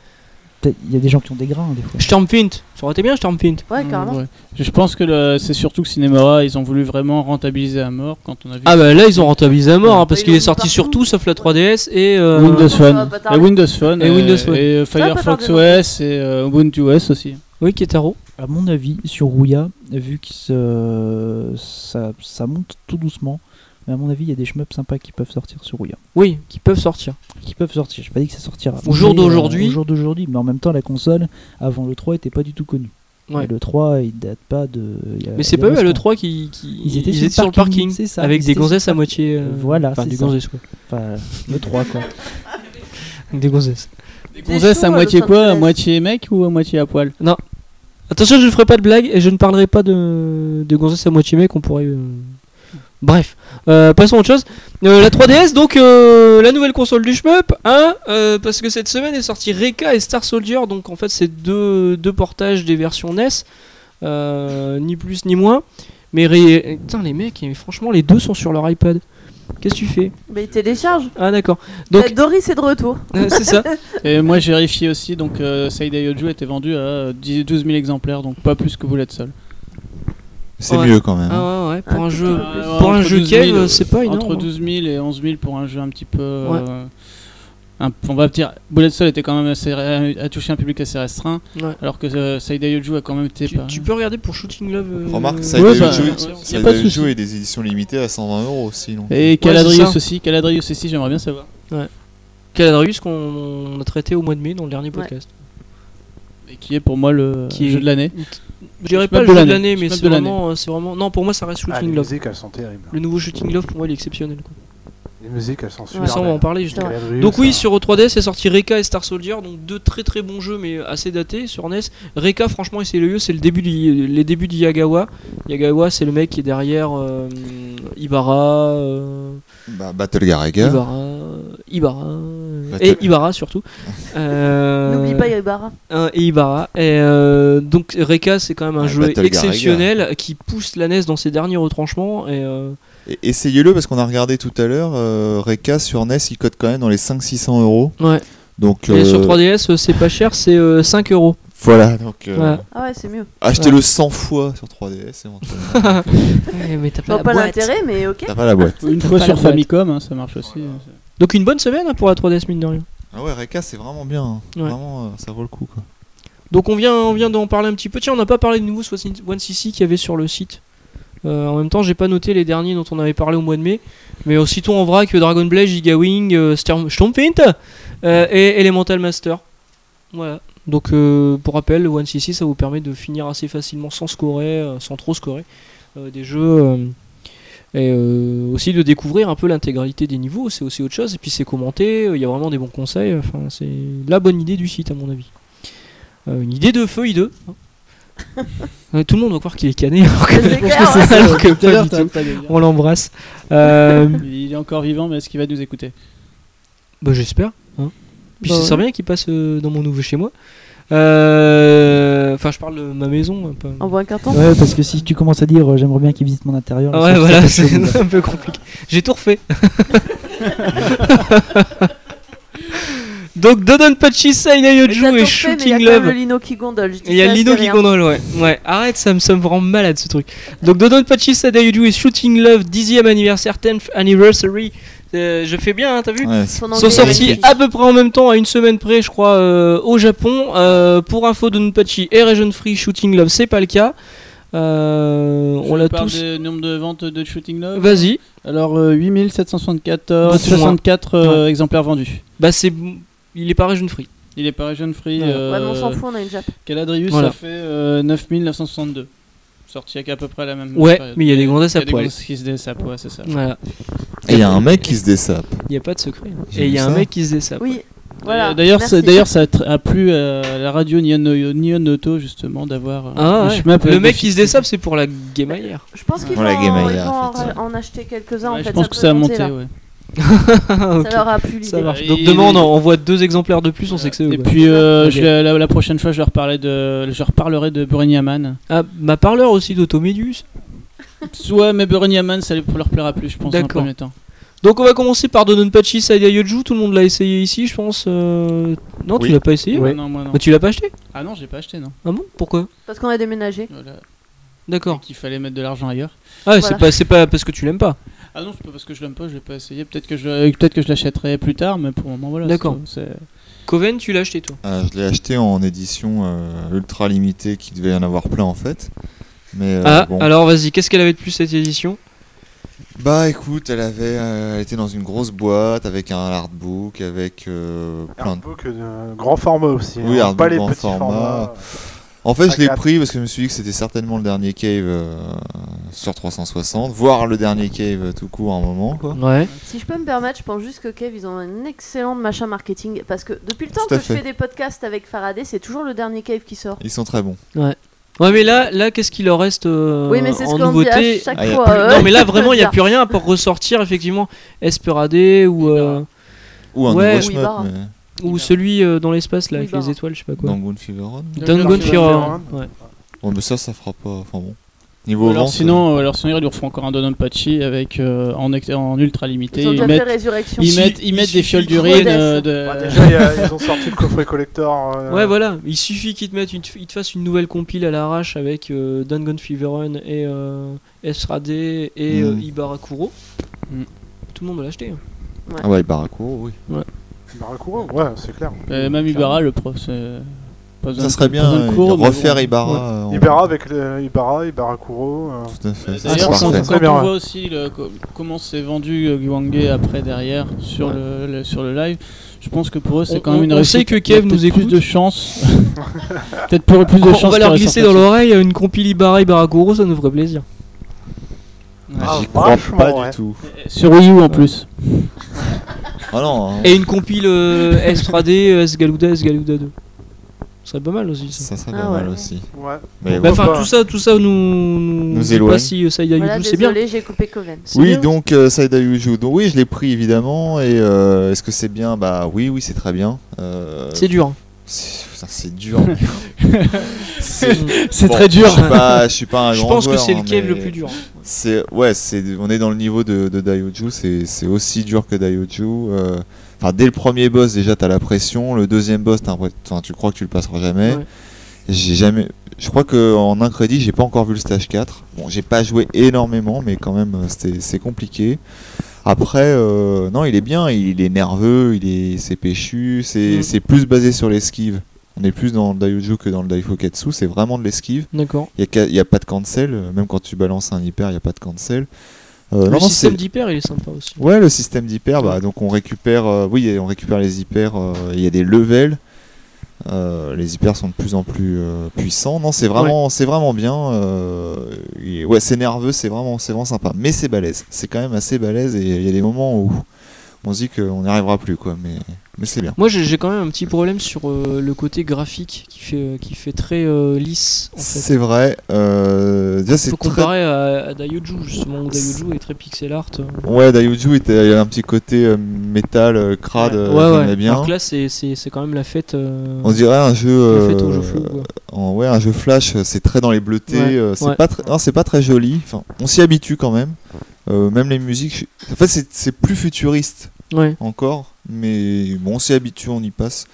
[SPEAKER 6] Il y a des gens qui ont des grains, des fois.
[SPEAKER 1] Stormfint, ça aurait été bien Stormfint.
[SPEAKER 4] Ouais, Ah, carrément.
[SPEAKER 5] Mm, ouais. Je je pense que le- c'est surtout que Cinemara, ils ont voulu vraiment rentabiliser à mort quand on a vu
[SPEAKER 1] Ah bah là ils ont rentabilisé à mort hein,
[SPEAKER 5] Ouais.
[SPEAKER 1] parce
[SPEAKER 4] Ils
[SPEAKER 1] qu'il est
[SPEAKER 4] l'ont mis
[SPEAKER 1] sorti
[SPEAKER 4] partout.
[SPEAKER 1] sur tout sauf la 3DS et euh,
[SPEAKER 5] Windows
[SPEAKER 4] Ça Bah, va
[SPEAKER 5] Phone.
[SPEAKER 4] pas
[SPEAKER 5] La
[SPEAKER 4] tarder.
[SPEAKER 5] Windows Phone euh,
[SPEAKER 1] Et Windows Phone.
[SPEAKER 5] et
[SPEAKER 4] va pas
[SPEAKER 5] Firefox
[SPEAKER 4] tarder.
[SPEAKER 5] OS et euh, Ubuntu OS aussi.
[SPEAKER 1] Oui, Ketaro.
[SPEAKER 6] À mon avis, sur Ouya, vu que ce- ça, ça monte tout doucement, mais à mon avis, il y a des shmups sympas qui peuvent sortir sur Ouya.
[SPEAKER 1] Oui, qui peuvent sortir.
[SPEAKER 6] Qui peuvent sortir, je pas dit que ça sortira.
[SPEAKER 1] Au jour
[SPEAKER 6] Mais, euh,
[SPEAKER 1] d'aujourd'hui-
[SPEAKER 6] Au jour d'aujourd'hui, mais en même temps, la console, avant le 3, était pas du tout connue.
[SPEAKER 1] Ouais.
[SPEAKER 6] Et Le 3, il date pas de. il y a-
[SPEAKER 1] Mais c'est
[SPEAKER 6] il y
[SPEAKER 1] pas
[SPEAKER 6] a
[SPEAKER 1] eux à
[SPEAKER 6] 11 ans.
[SPEAKER 1] l'E3 qui, qui-
[SPEAKER 6] Euh, Ils étaient sur le
[SPEAKER 1] sur le
[SPEAKER 6] parking,
[SPEAKER 1] parking
[SPEAKER 6] c'est ça,
[SPEAKER 1] avec
[SPEAKER 6] ils
[SPEAKER 1] des
[SPEAKER 6] étaient
[SPEAKER 1] gonzesses
[SPEAKER 6] sur
[SPEAKER 1] à
[SPEAKER 6] le
[SPEAKER 1] moitié. euh,
[SPEAKER 6] Voilà,
[SPEAKER 1] Enfin,
[SPEAKER 6] c'est
[SPEAKER 1] des
[SPEAKER 6] ça.
[SPEAKER 1] gonzesses quoi.
[SPEAKER 6] Enfin, le 3, quoi.
[SPEAKER 1] Des gonzesses.
[SPEAKER 5] On sait
[SPEAKER 4] chaud,
[SPEAKER 5] à
[SPEAKER 4] à
[SPEAKER 5] moitié
[SPEAKER 4] Los
[SPEAKER 5] quoi À
[SPEAKER 4] Angeles.
[SPEAKER 5] moitié mec ou à moitié à poil
[SPEAKER 1] Attention, je ne ferai pas de blague et je ne parlerai pas de, de gonzesse à moitié mec, on pourrait. euh, Bref, Euh, passons à autre chose. Euh, la 3DS, donc euh, la nouvelle console du shmup, hein, euh, parce que cette semaine est sorti Reka et Star Soldier, donc E en fait c'est deux, deux portages des versions NES, euh, ni plus ni moins. Mais ré- putain, les mecs, et franchement, les deux sont sur leur iPad. Qu'est-ce que tu fais
[SPEAKER 4] Mais il télécharge.
[SPEAKER 1] Ah, d'accord.
[SPEAKER 4] Donc...
[SPEAKER 1] Donc,
[SPEAKER 4] Doris est de retour.
[SPEAKER 1] euh, c'est ça.
[SPEAKER 5] Et moi j'ai vérifié aussi, donc euh, Saïda Yoju était vendu à euh, 10 12 000 exemplaires, donc pas plus que Bullet Soul.
[SPEAKER 3] C'est
[SPEAKER 1] Ouais.
[SPEAKER 3] mieux quand même.
[SPEAKER 1] Ah, ouais, ouais, pour
[SPEAKER 4] Ah,
[SPEAKER 1] un
[SPEAKER 4] tout
[SPEAKER 1] jeu,
[SPEAKER 5] à fait.
[SPEAKER 1] pour un
[SPEAKER 5] Euh, Entre
[SPEAKER 1] jeu
[SPEAKER 5] 12 000,
[SPEAKER 1] cave, c'est pas énorme. hein.
[SPEAKER 5] Entre 12 000 et 11 000 pour un jeu un petit peu. euh, un- on va dire, Bullet Soul était quand même assez, ré- a touché un public assez restreint,
[SPEAKER 1] Ouais.
[SPEAKER 5] alors que euh, Saïda Yoju a quand même été.
[SPEAKER 1] Tu,
[SPEAKER 5] pas-
[SPEAKER 1] tu peux regarder pour Shooting Love. euh,
[SPEAKER 3] Remarque, ça a
[SPEAKER 5] Ouais,
[SPEAKER 3] été
[SPEAKER 5] bah,
[SPEAKER 3] joué-
[SPEAKER 5] ouais,
[SPEAKER 3] ça
[SPEAKER 5] y a
[SPEAKER 3] a
[SPEAKER 5] pas de
[SPEAKER 3] été
[SPEAKER 5] souci.
[SPEAKER 3] joué et des éditions limitées à 120 euros aussi. donc.
[SPEAKER 5] Et
[SPEAKER 1] c'est
[SPEAKER 5] Caladrius
[SPEAKER 1] ça.
[SPEAKER 5] aussi, Caladrius aussi, j'aimerais bien savoir.
[SPEAKER 1] Caladrius qu'on a traité au mois de mai dans le dernier podcast.
[SPEAKER 5] Et qui est pour moi le
[SPEAKER 1] Qui est-
[SPEAKER 5] jeu de l'année.
[SPEAKER 1] Je dirais
[SPEAKER 5] C'est
[SPEAKER 1] pas
[SPEAKER 5] pas
[SPEAKER 1] le
[SPEAKER 5] de
[SPEAKER 1] jeu de
[SPEAKER 5] l'année,
[SPEAKER 1] l'année, mais
[SPEAKER 5] c'est pas
[SPEAKER 1] c'est
[SPEAKER 5] de l'année.
[SPEAKER 1] vraiment, euh, c'est vraiment. Non, pour moi, ça reste
[SPEAKER 2] Ah, les
[SPEAKER 1] Shooting Love.
[SPEAKER 2] musiques, elles sont terribles.
[SPEAKER 1] Le nouveau Shooting Love, pour moi, il est exceptionnel. quoi.
[SPEAKER 2] Les musiques, elles sont
[SPEAKER 4] Ouais.
[SPEAKER 2] super.
[SPEAKER 1] Ça, on va en
[SPEAKER 2] belles.
[SPEAKER 1] parler justement.
[SPEAKER 2] Call of Duty,
[SPEAKER 1] Donc
[SPEAKER 2] ça.
[SPEAKER 1] oui, sur 3DS est sorti Reka et Star Soldier, donc deux très très bons jeux mais assez datés sur NES. Reka, franchement, essayez-le, c'est le début d'I- les débuts d'Yagawa. Yagawa, c'est le mec qui est derrière euh, Ibara, euh,
[SPEAKER 3] Bah, Battle Garaga.
[SPEAKER 1] Ibara, Ibara euh,
[SPEAKER 3] Bah,
[SPEAKER 1] et
[SPEAKER 3] t'as-
[SPEAKER 1] Ibara surtout. Euh,
[SPEAKER 4] N'oublie pas Yabara.
[SPEAKER 1] un- et Ibarra. Et euh, donc Reka, c'est quand même un
[SPEAKER 3] Ouais,
[SPEAKER 1] jeu
[SPEAKER 3] Battle
[SPEAKER 1] exceptionnel qui pousse la NES dans ses derniers retranchements. Et euh,
[SPEAKER 3] Et Essayez-le parce qu'on a regardé tout à l'heure. euh, Reka sur NES, il cote quand même dans les 500-600 euros.
[SPEAKER 1] Ouais.
[SPEAKER 3] Donc
[SPEAKER 1] et sur
[SPEAKER 3] euh,
[SPEAKER 1] 3DS, euh, c'est pas cher, c'est euh, 5 euros.
[SPEAKER 3] voilà. Donc euh,
[SPEAKER 1] Voilà.
[SPEAKER 4] Ah ouais, c'est mieux.
[SPEAKER 3] achetez-le 100 fois sur 3DS éventuellement.
[SPEAKER 1] Ouais, Mais t'as
[SPEAKER 4] Je vois
[SPEAKER 1] pas,
[SPEAKER 4] pas
[SPEAKER 1] la boîte.
[SPEAKER 4] l'intérêt, mais ok.
[SPEAKER 3] T'as pas la boîte.
[SPEAKER 5] Une
[SPEAKER 1] T'as
[SPEAKER 5] fois
[SPEAKER 1] pas
[SPEAKER 5] sur
[SPEAKER 1] la boîte.
[SPEAKER 5] Famicom, hein, ça marche aussi.
[SPEAKER 1] Donc une bonne semaine hein, pour la 3DS mine de rien.
[SPEAKER 3] Ah ouais, Reka, c'est vraiment bien. hein.
[SPEAKER 1] Ouais.
[SPEAKER 3] Vraiment, euh, ça vaut le coup. Quoi.
[SPEAKER 1] Donc on vient, on vient d'en parler un petit peu. Tiens, on n'a pas parlé de nouveau 1cc qu'il y avait sur le site. Euh, en même temps, j'ai pas noté les derniers dont on avait parlé au mois de mai. Mais aussitôt en vrac, euh, Dragon Blade, Giga Wing, euh, Sturm- Sturmfront, euh, et Elemental Master. Voilà. Donc euh, pour rappel, le 1cc ça vous permet de finir assez facilement sans scorer, euh, sans trop scorer, euh, des jeux. euh, et euh, aussi de découvrir un peu l'intégralité des niveaux, c'est aussi autre chose. Et puis c'est commenté, euh, il y a vraiment des bons conseils. Enfin, c'est la bonne idée du site à mon avis. Euh, une idée de feuille 2. hein. Euh, Tout le monde va croire qu'il est cané alors que,
[SPEAKER 4] C'est clair, ouais.
[SPEAKER 1] alors que
[SPEAKER 5] Tout à
[SPEAKER 1] pas
[SPEAKER 5] l'heure,
[SPEAKER 1] du
[SPEAKER 5] t'as
[SPEAKER 1] tout.
[SPEAKER 5] pas délire.
[SPEAKER 1] On l'embrasse. Euh,
[SPEAKER 5] Il est encore vivant, mais est-ce qu'il va nous écouter
[SPEAKER 1] bah, J'espère. hein. Puis
[SPEAKER 4] Bah
[SPEAKER 1] ça
[SPEAKER 4] ouais.
[SPEAKER 1] sert bien qu'il passe euh, dans mon nouveau chez moi. Euh, Enfin, je parle de ma maison. hein, pas-
[SPEAKER 4] Envoie un carton.
[SPEAKER 6] Ouais, parce que si tu commences à dire euh, j'aimerais bien qu'ils visitent mon intérieur.
[SPEAKER 1] Ah
[SPEAKER 6] là,
[SPEAKER 1] ouais,
[SPEAKER 6] ça,
[SPEAKER 1] voilà,
[SPEAKER 6] c'est chaud,
[SPEAKER 1] c'est un peu compliqué. J'ai tout refait. Donc, Dodon Pachi, Saina
[SPEAKER 4] Mais t'as
[SPEAKER 1] Yoju et
[SPEAKER 4] tout fait, mais
[SPEAKER 1] Shooting
[SPEAKER 4] Il y a quand même
[SPEAKER 1] Love.
[SPEAKER 4] le Lino qui gondole. je dis
[SPEAKER 1] Et Il y a
[SPEAKER 4] ça,
[SPEAKER 1] Lino
[SPEAKER 4] c'est
[SPEAKER 1] qui
[SPEAKER 4] rien.
[SPEAKER 1] condole, ouais. ouais. Arrête, ça me, ça me rend malade ce truc. Donc, Dodon Pachi, Sadayodu et Shooting Love, 10ème anniversaire, 10th anniversary. Euh, je fais bien, hein, t'as vu
[SPEAKER 3] Ouais, c'est-
[SPEAKER 4] Son
[SPEAKER 1] sont
[SPEAKER 4] anglais,
[SPEAKER 1] sortis
[SPEAKER 4] magnifique.
[SPEAKER 1] à peu près en même temps, à une semaine près, je crois, euh, au Japon. Euh, pour info, Dodon Pachi et Region Free Shooting Love, c'est pas le cas. Euh, on
[SPEAKER 5] Je
[SPEAKER 1] l'a
[SPEAKER 5] parle
[SPEAKER 1] tous.
[SPEAKER 5] du nombre de ventes de Shooting Love
[SPEAKER 1] Vas-y.
[SPEAKER 5] Alors, euh, 8774
[SPEAKER 1] Beaucoup moins.
[SPEAKER 5] 64 euh, exemplaires vendus.
[SPEAKER 1] Bah, c'est. Il est pas Region Free.
[SPEAKER 5] Il est pas Region Free.
[SPEAKER 1] Ouais.
[SPEAKER 5] euh,
[SPEAKER 4] Ouais, mais on s'en fout, on a une Jap.
[SPEAKER 5] Caladrius,
[SPEAKER 1] Voilà.
[SPEAKER 5] ça fait euh, 9962. Sorti à peu près la même
[SPEAKER 1] Ouais,
[SPEAKER 5] période.
[SPEAKER 1] mais il y a des grosses
[SPEAKER 5] Il y a
[SPEAKER 1] à
[SPEAKER 5] des
[SPEAKER 1] poil.
[SPEAKER 5] grosses qui se délaissent à poil, c'est ça.
[SPEAKER 1] Voilà.
[SPEAKER 3] Et il y a un mec qui se dessape.
[SPEAKER 1] Il n'y a pas de secret.
[SPEAKER 3] J'ai
[SPEAKER 1] Et il
[SPEAKER 3] vu
[SPEAKER 1] y a un
[SPEAKER 3] ça.
[SPEAKER 1] mec qui se désappe.
[SPEAKER 4] Oui, voilà.
[SPEAKER 5] Et, euh, D'ailleurs,
[SPEAKER 4] Merci.
[SPEAKER 5] ça- d'ailleurs, ça a, tr- a plu euh, à la radio Nyon, Nyon Auto justement d'avoir euh,
[SPEAKER 1] Ah,
[SPEAKER 5] un
[SPEAKER 1] ouais.
[SPEAKER 5] shmup
[SPEAKER 1] Le mec
[SPEAKER 5] avec des
[SPEAKER 1] qui se
[SPEAKER 5] fixes.
[SPEAKER 1] désappe, c'est pour la game ailleurs.
[SPEAKER 4] Je pense qu'ils
[SPEAKER 3] Pour
[SPEAKER 4] vont,
[SPEAKER 3] Oh, la Game
[SPEAKER 4] ils
[SPEAKER 3] Air,
[SPEAKER 4] vont en,
[SPEAKER 3] effectivement.
[SPEAKER 4] en acheter quelques-uns. en
[SPEAKER 5] Ouais,
[SPEAKER 4] fait,
[SPEAKER 5] je pense
[SPEAKER 4] ça
[SPEAKER 5] que
[SPEAKER 4] peut
[SPEAKER 5] ça a
[SPEAKER 4] monter,
[SPEAKER 5] monté.
[SPEAKER 4] là.
[SPEAKER 5] ouais.
[SPEAKER 1] Ah, ok.
[SPEAKER 4] Ça leur a plu l'idée.
[SPEAKER 1] Ça marche.
[SPEAKER 5] Et-
[SPEAKER 1] Donc demain, on en- on voit deux exemplaires de plus, on sait que c'est eux.
[SPEAKER 5] Et
[SPEAKER 1] quoi.
[SPEAKER 5] puis euh,
[SPEAKER 1] Ok.
[SPEAKER 5] je- la, la prochaine fois, je leur parlerai de, je leur parlerai de Buren Yaman.
[SPEAKER 1] Ah, ma parleur aussi d'Automédus.
[SPEAKER 5] Soit, mais Buren Yaman, ça leur plaira plus, je pense, dans le
[SPEAKER 1] D'accord.
[SPEAKER 5] premier temps.
[SPEAKER 1] Donc on va commencer par Dononpachi Saïda Yoju, tout le monde l'a essayé ici, je pense. euh, Non,
[SPEAKER 3] Oui.
[SPEAKER 1] tu l'as pas essayé
[SPEAKER 5] Ah
[SPEAKER 1] ouais.
[SPEAKER 5] non, moi, non.
[SPEAKER 1] Bah, tu l'as pas acheté
[SPEAKER 5] Ah non, j'ai pas acheté, non.
[SPEAKER 1] Ah bon Pourquoi
[SPEAKER 4] Parce qu'on a déménagé.
[SPEAKER 5] Voilà.
[SPEAKER 1] D'accord.
[SPEAKER 5] Qu'il fallait mettre de l'argent ailleurs.
[SPEAKER 1] Ah,
[SPEAKER 4] Voilà.
[SPEAKER 1] c'est pas, c'est pas parce que tu l'aimes pas.
[SPEAKER 5] Ah non, c'est pas parce que je l'aime pas, je l'ai pas essayé. Peut-être que je, peut-être que je l'achèterai plus tard, mais pour le moment, voilà.
[SPEAKER 1] D'accord.
[SPEAKER 5] c'est- c'est-
[SPEAKER 1] Coven, tu l'as acheté toi
[SPEAKER 3] Ah, je l'ai acheté en édition euh, ultra limitée qui devait y en avoir plein en fait. Mais euh,
[SPEAKER 1] Ah,
[SPEAKER 3] bon.
[SPEAKER 1] alors vas-y, qu'est-ce qu'elle avait de plus cette édition
[SPEAKER 3] Bah écoute, elle avait, euh, elle était dans une grosse boîte avec un artbook, avec euh, plein
[SPEAKER 2] Un
[SPEAKER 3] de.
[SPEAKER 2] peu que de grand format aussi.
[SPEAKER 3] Oui,
[SPEAKER 2] hein,
[SPEAKER 3] un
[SPEAKER 2] pas
[SPEAKER 3] peu
[SPEAKER 2] les
[SPEAKER 3] grand
[SPEAKER 2] petits
[SPEAKER 3] format.
[SPEAKER 2] formats.
[SPEAKER 3] En fait, je l'ai
[SPEAKER 2] A4.
[SPEAKER 3] pris parce que je me suis dit que c'était certainement le dernier cave euh, sur 360, voire le dernier cave tout court à un moment. Quoi.
[SPEAKER 1] Ouais.
[SPEAKER 4] Si je peux me permettre, je pense juste que Kev, ils ont un excellent machin marketing. Parce que depuis le
[SPEAKER 3] Tout
[SPEAKER 4] temps
[SPEAKER 3] à
[SPEAKER 4] que je
[SPEAKER 3] fait.
[SPEAKER 4] fais des podcasts avec Faraday, c'est toujours le dernier Cave qui sort.
[SPEAKER 3] Ils sont très bons.
[SPEAKER 1] Ouais, mais là, là qu'est-ce qu'il leur reste euh,
[SPEAKER 4] oui, mais c'est
[SPEAKER 1] en
[SPEAKER 4] ce qu'on dit à
[SPEAKER 1] nouveauté
[SPEAKER 4] chaque
[SPEAKER 3] Ah, y a
[SPEAKER 4] fois.
[SPEAKER 1] Plus-
[SPEAKER 4] euh,
[SPEAKER 1] Non, mais là, vraiment, il n'y a
[SPEAKER 4] bizarre.
[SPEAKER 1] plus rien pour ressortir, effectivement, Esperade ou, euh,
[SPEAKER 3] Ou un
[SPEAKER 1] Ouais.
[SPEAKER 3] nouveau
[SPEAKER 4] Ou
[SPEAKER 3] shmup,
[SPEAKER 4] Ibarra.
[SPEAKER 3] mais-
[SPEAKER 1] ou celui euh, dans l'espace, là, avec
[SPEAKER 4] Ibarra.
[SPEAKER 1] les étoiles, je sais pas quoi.
[SPEAKER 3] Dangon Fever Run.
[SPEAKER 5] Danganronpa.
[SPEAKER 1] Danganronpa, ouais.
[SPEAKER 3] Bon, mais ça, ça fera pas. Enfin bon. Niveau
[SPEAKER 5] alors,
[SPEAKER 3] vente,
[SPEAKER 5] sinon, euh, alors sinon, ils lui refont encore un Donut Pachi avec, euh, en, ex- en ultra limité.
[SPEAKER 4] Ils ont déjà
[SPEAKER 5] Ils
[SPEAKER 4] fait
[SPEAKER 5] mettent,
[SPEAKER 4] Résurrection.
[SPEAKER 5] ils
[SPEAKER 1] Si-
[SPEAKER 5] mettent, ils
[SPEAKER 1] il
[SPEAKER 5] mettent des
[SPEAKER 1] suffit
[SPEAKER 5] fioles
[SPEAKER 1] qu'ils
[SPEAKER 5] d'urine.
[SPEAKER 4] redressent.
[SPEAKER 5] euh,
[SPEAKER 2] Bah,
[SPEAKER 5] de...
[SPEAKER 2] déjà, il y a- ils ont sorti le coffret collector. euh,
[SPEAKER 1] Ouais, voilà, il suffit qu'ils te, mettent une, ils te fassent une nouvelle compile à l'arrache avec euh, Dangon Feverun et euh, SRAD et euh,
[SPEAKER 3] Mm.
[SPEAKER 1] Ibarakuro.
[SPEAKER 5] Mm.
[SPEAKER 1] Tout le monde va l'acheter. hein.
[SPEAKER 3] Ah ouais, Barakuro, oui.
[SPEAKER 2] Barakuro, ouais, c'est clair.
[SPEAKER 5] Euh, même Ibarra, le prof. c'est- Pas besoin
[SPEAKER 3] Ça
[SPEAKER 5] de-
[SPEAKER 3] serait bien
[SPEAKER 5] pas besoin de
[SPEAKER 3] euh,
[SPEAKER 5] cours, mais
[SPEAKER 3] refaire
[SPEAKER 5] bon.
[SPEAKER 3] Ibarra. euh,
[SPEAKER 2] Ibara avec le- Ibara, Ibarakuro. euh,
[SPEAKER 3] Tout à fait. ça,
[SPEAKER 5] D'ailleurs,
[SPEAKER 2] Ah,
[SPEAKER 3] c'est
[SPEAKER 5] quand,
[SPEAKER 2] ça
[SPEAKER 3] parfait.
[SPEAKER 5] quand
[SPEAKER 2] bien,
[SPEAKER 5] on
[SPEAKER 2] ouais.
[SPEAKER 5] voit aussi le- co- comment s'est vendu euh, Gwangé après, derrière, sur,
[SPEAKER 3] Ouais.
[SPEAKER 5] le, le- sur le live, je pense que pour eux, c'est
[SPEAKER 1] On-
[SPEAKER 5] quand même
[SPEAKER 1] on-
[SPEAKER 5] une
[SPEAKER 1] on sait
[SPEAKER 5] réussite.
[SPEAKER 1] que Kev
[SPEAKER 5] Il y a
[SPEAKER 1] nous
[SPEAKER 5] peut-être
[SPEAKER 1] écoute.
[SPEAKER 5] plus de chance. peut-être pour eux, plus de
[SPEAKER 1] On,
[SPEAKER 5] chance.
[SPEAKER 1] on va leur
[SPEAKER 5] que
[SPEAKER 1] glisser dans
[SPEAKER 5] Ressorti.
[SPEAKER 1] l'oreille une compile Ibara Ibarakuro, ça nous ferait plaisir.
[SPEAKER 3] Ah, J'y
[SPEAKER 2] Ah,
[SPEAKER 3] crois
[SPEAKER 2] vachement,
[SPEAKER 3] pas
[SPEAKER 2] ouais.
[SPEAKER 3] du tout.
[SPEAKER 5] Sur Wii U en plus.
[SPEAKER 3] Ah non, hein,
[SPEAKER 1] Et une compile euh, S3D, S Galuda, S Galuda 2. Ce serait pas mal aussi ça.
[SPEAKER 3] ça serait
[SPEAKER 4] Ah
[SPEAKER 3] pas mal
[SPEAKER 4] ouais.
[SPEAKER 3] aussi.
[SPEAKER 2] Ouais.
[SPEAKER 3] Mais
[SPEAKER 1] Bah,
[SPEAKER 3] bon.
[SPEAKER 1] Enfin,
[SPEAKER 2] pas.
[SPEAKER 1] tout ça, tout ça nous, nous,
[SPEAKER 3] Nous
[SPEAKER 1] je sais
[SPEAKER 3] éloigne.
[SPEAKER 1] Pas si euh, Saïda
[SPEAKER 4] Voilà,
[SPEAKER 1] Yuju, c'est bien.
[SPEAKER 4] désolé, j'ai coupé Coven.
[SPEAKER 1] C'est
[SPEAKER 3] Oui,
[SPEAKER 1] bien.
[SPEAKER 3] donc euh, Saïda Yuju. Donc oui, je l'ai pris évidemment. Et euh, est-ce que c'est bien Bah oui, oui, c'est très bien. Euh,
[SPEAKER 1] C'est dur.
[SPEAKER 3] c'est putain, c'est dur. C'est-
[SPEAKER 5] C'est
[SPEAKER 3] bon,
[SPEAKER 5] très dur.
[SPEAKER 3] Je suis pas, je suis pas un
[SPEAKER 1] Je
[SPEAKER 3] grand
[SPEAKER 1] pense que
[SPEAKER 3] joueur,
[SPEAKER 1] c'est le
[SPEAKER 3] hein,
[SPEAKER 1] Kev le
[SPEAKER 3] mais
[SPEAKER 1] plus dur.
[SPEAKER 3] C'est ouais, c'est on est dans le niveau de, de Daioju, c'est c'est aussi dur que Daioju. euh, Enfin, dès le premier boss déjà t'as la pression, le deuxième boss t'as l'impression- enfin, tu crois que tu le passeras jamais.
[SPEAKER 1] Ouais.
[SPEAKER 3] J'ai jamais, je crois que en un crédit j'ai pas encore vu le stage 4. Bon, j'ai pas joué énormément, mais quand même euh, c'était c'est compliqué. Après, euh, non, il est bien, il est nerveux, il est c'est péchu, c'est
[SPEAKER 1] Mm.
[SPEAKER 3] c'est plus basé sur l'esquive. On est plus dans le Daioju que dans le Daifuketsu, c'est vraiment de l'esquive.
[SPEAKER 1] D'accord.
[SPEAKER 3] Il n'y a, pas de cancel, euh, même quand tu balances un hyper, il n'y a pas de cancel. Euh, non,
[SPEAKER 1] Le
[SPEAKER 3] non,
[SPEAKER 1] système
[SPEAKER 3] c'est-
[SPEAKER 1] d'hyper il est sympa aussi.
[SPEAKER 3] Ouais, le système d'hyper, bah, donc on récupère, euh, oui, on récupère les hyper, euh, il y a des levels. Euh, les hyper sont de plus en plus euh, puissants. Non, c'est vraiment, c'est vraiment bien. euh, et- ouais, c'est nerveux, c'est vraiment, c'est vraiment sympa. Mais c'est balèze. C'est quand même assez balèze et il y a des moments où on se dit qu'on n'y arrivera plus, quoi. Mais, mais c'est bien.
[SPEAKER 1] Moi j'ai j'ai quand même un petit problème sur euh, le côté graphique qui fait, qui fait très euh, lisse en fait.
[SPEAKER 3] C'est vrai. Euh, déjà, c'est
[SPEAKER 1] Faut
[SPEAKER 3] très
[SPEAKER 1] comparer à, à Daioju justement où Daioju est très pixel art. euh.
[SPEAKER 3] Ouais, Daioju était il y avait un petit côté euh, métal euh, crade, euh, j'aimais bien.
[SPEAKER 1] Alors que là c'est- c'est c'est quand même la fête. euh,
[SPEAKER 3] On dirait un jeu,
[SPEAKER 1] la fête
[SPEAKER 3] euh,
[SPEAKER 1] au jeu flou. quoi.
[SPEAKER 3] en- ouais, un jeu flash. euh, C'est très dans les bleutés.
[SPEAKER 1] Ouais,
[SPEAKER 3] euh, c'est
[SPEAKER 1] ouais.
[SPEAKER 3] pas très, non, c'est pas très joli. Enfin, on s'y habitue quand même. Euh, même les musiques. je- En fait, c'est c'est plus futuriste
[SPEAKER 1] Ouais.
[SPEAKER 3] encore, mais bon, on s'y habitue, on y passe.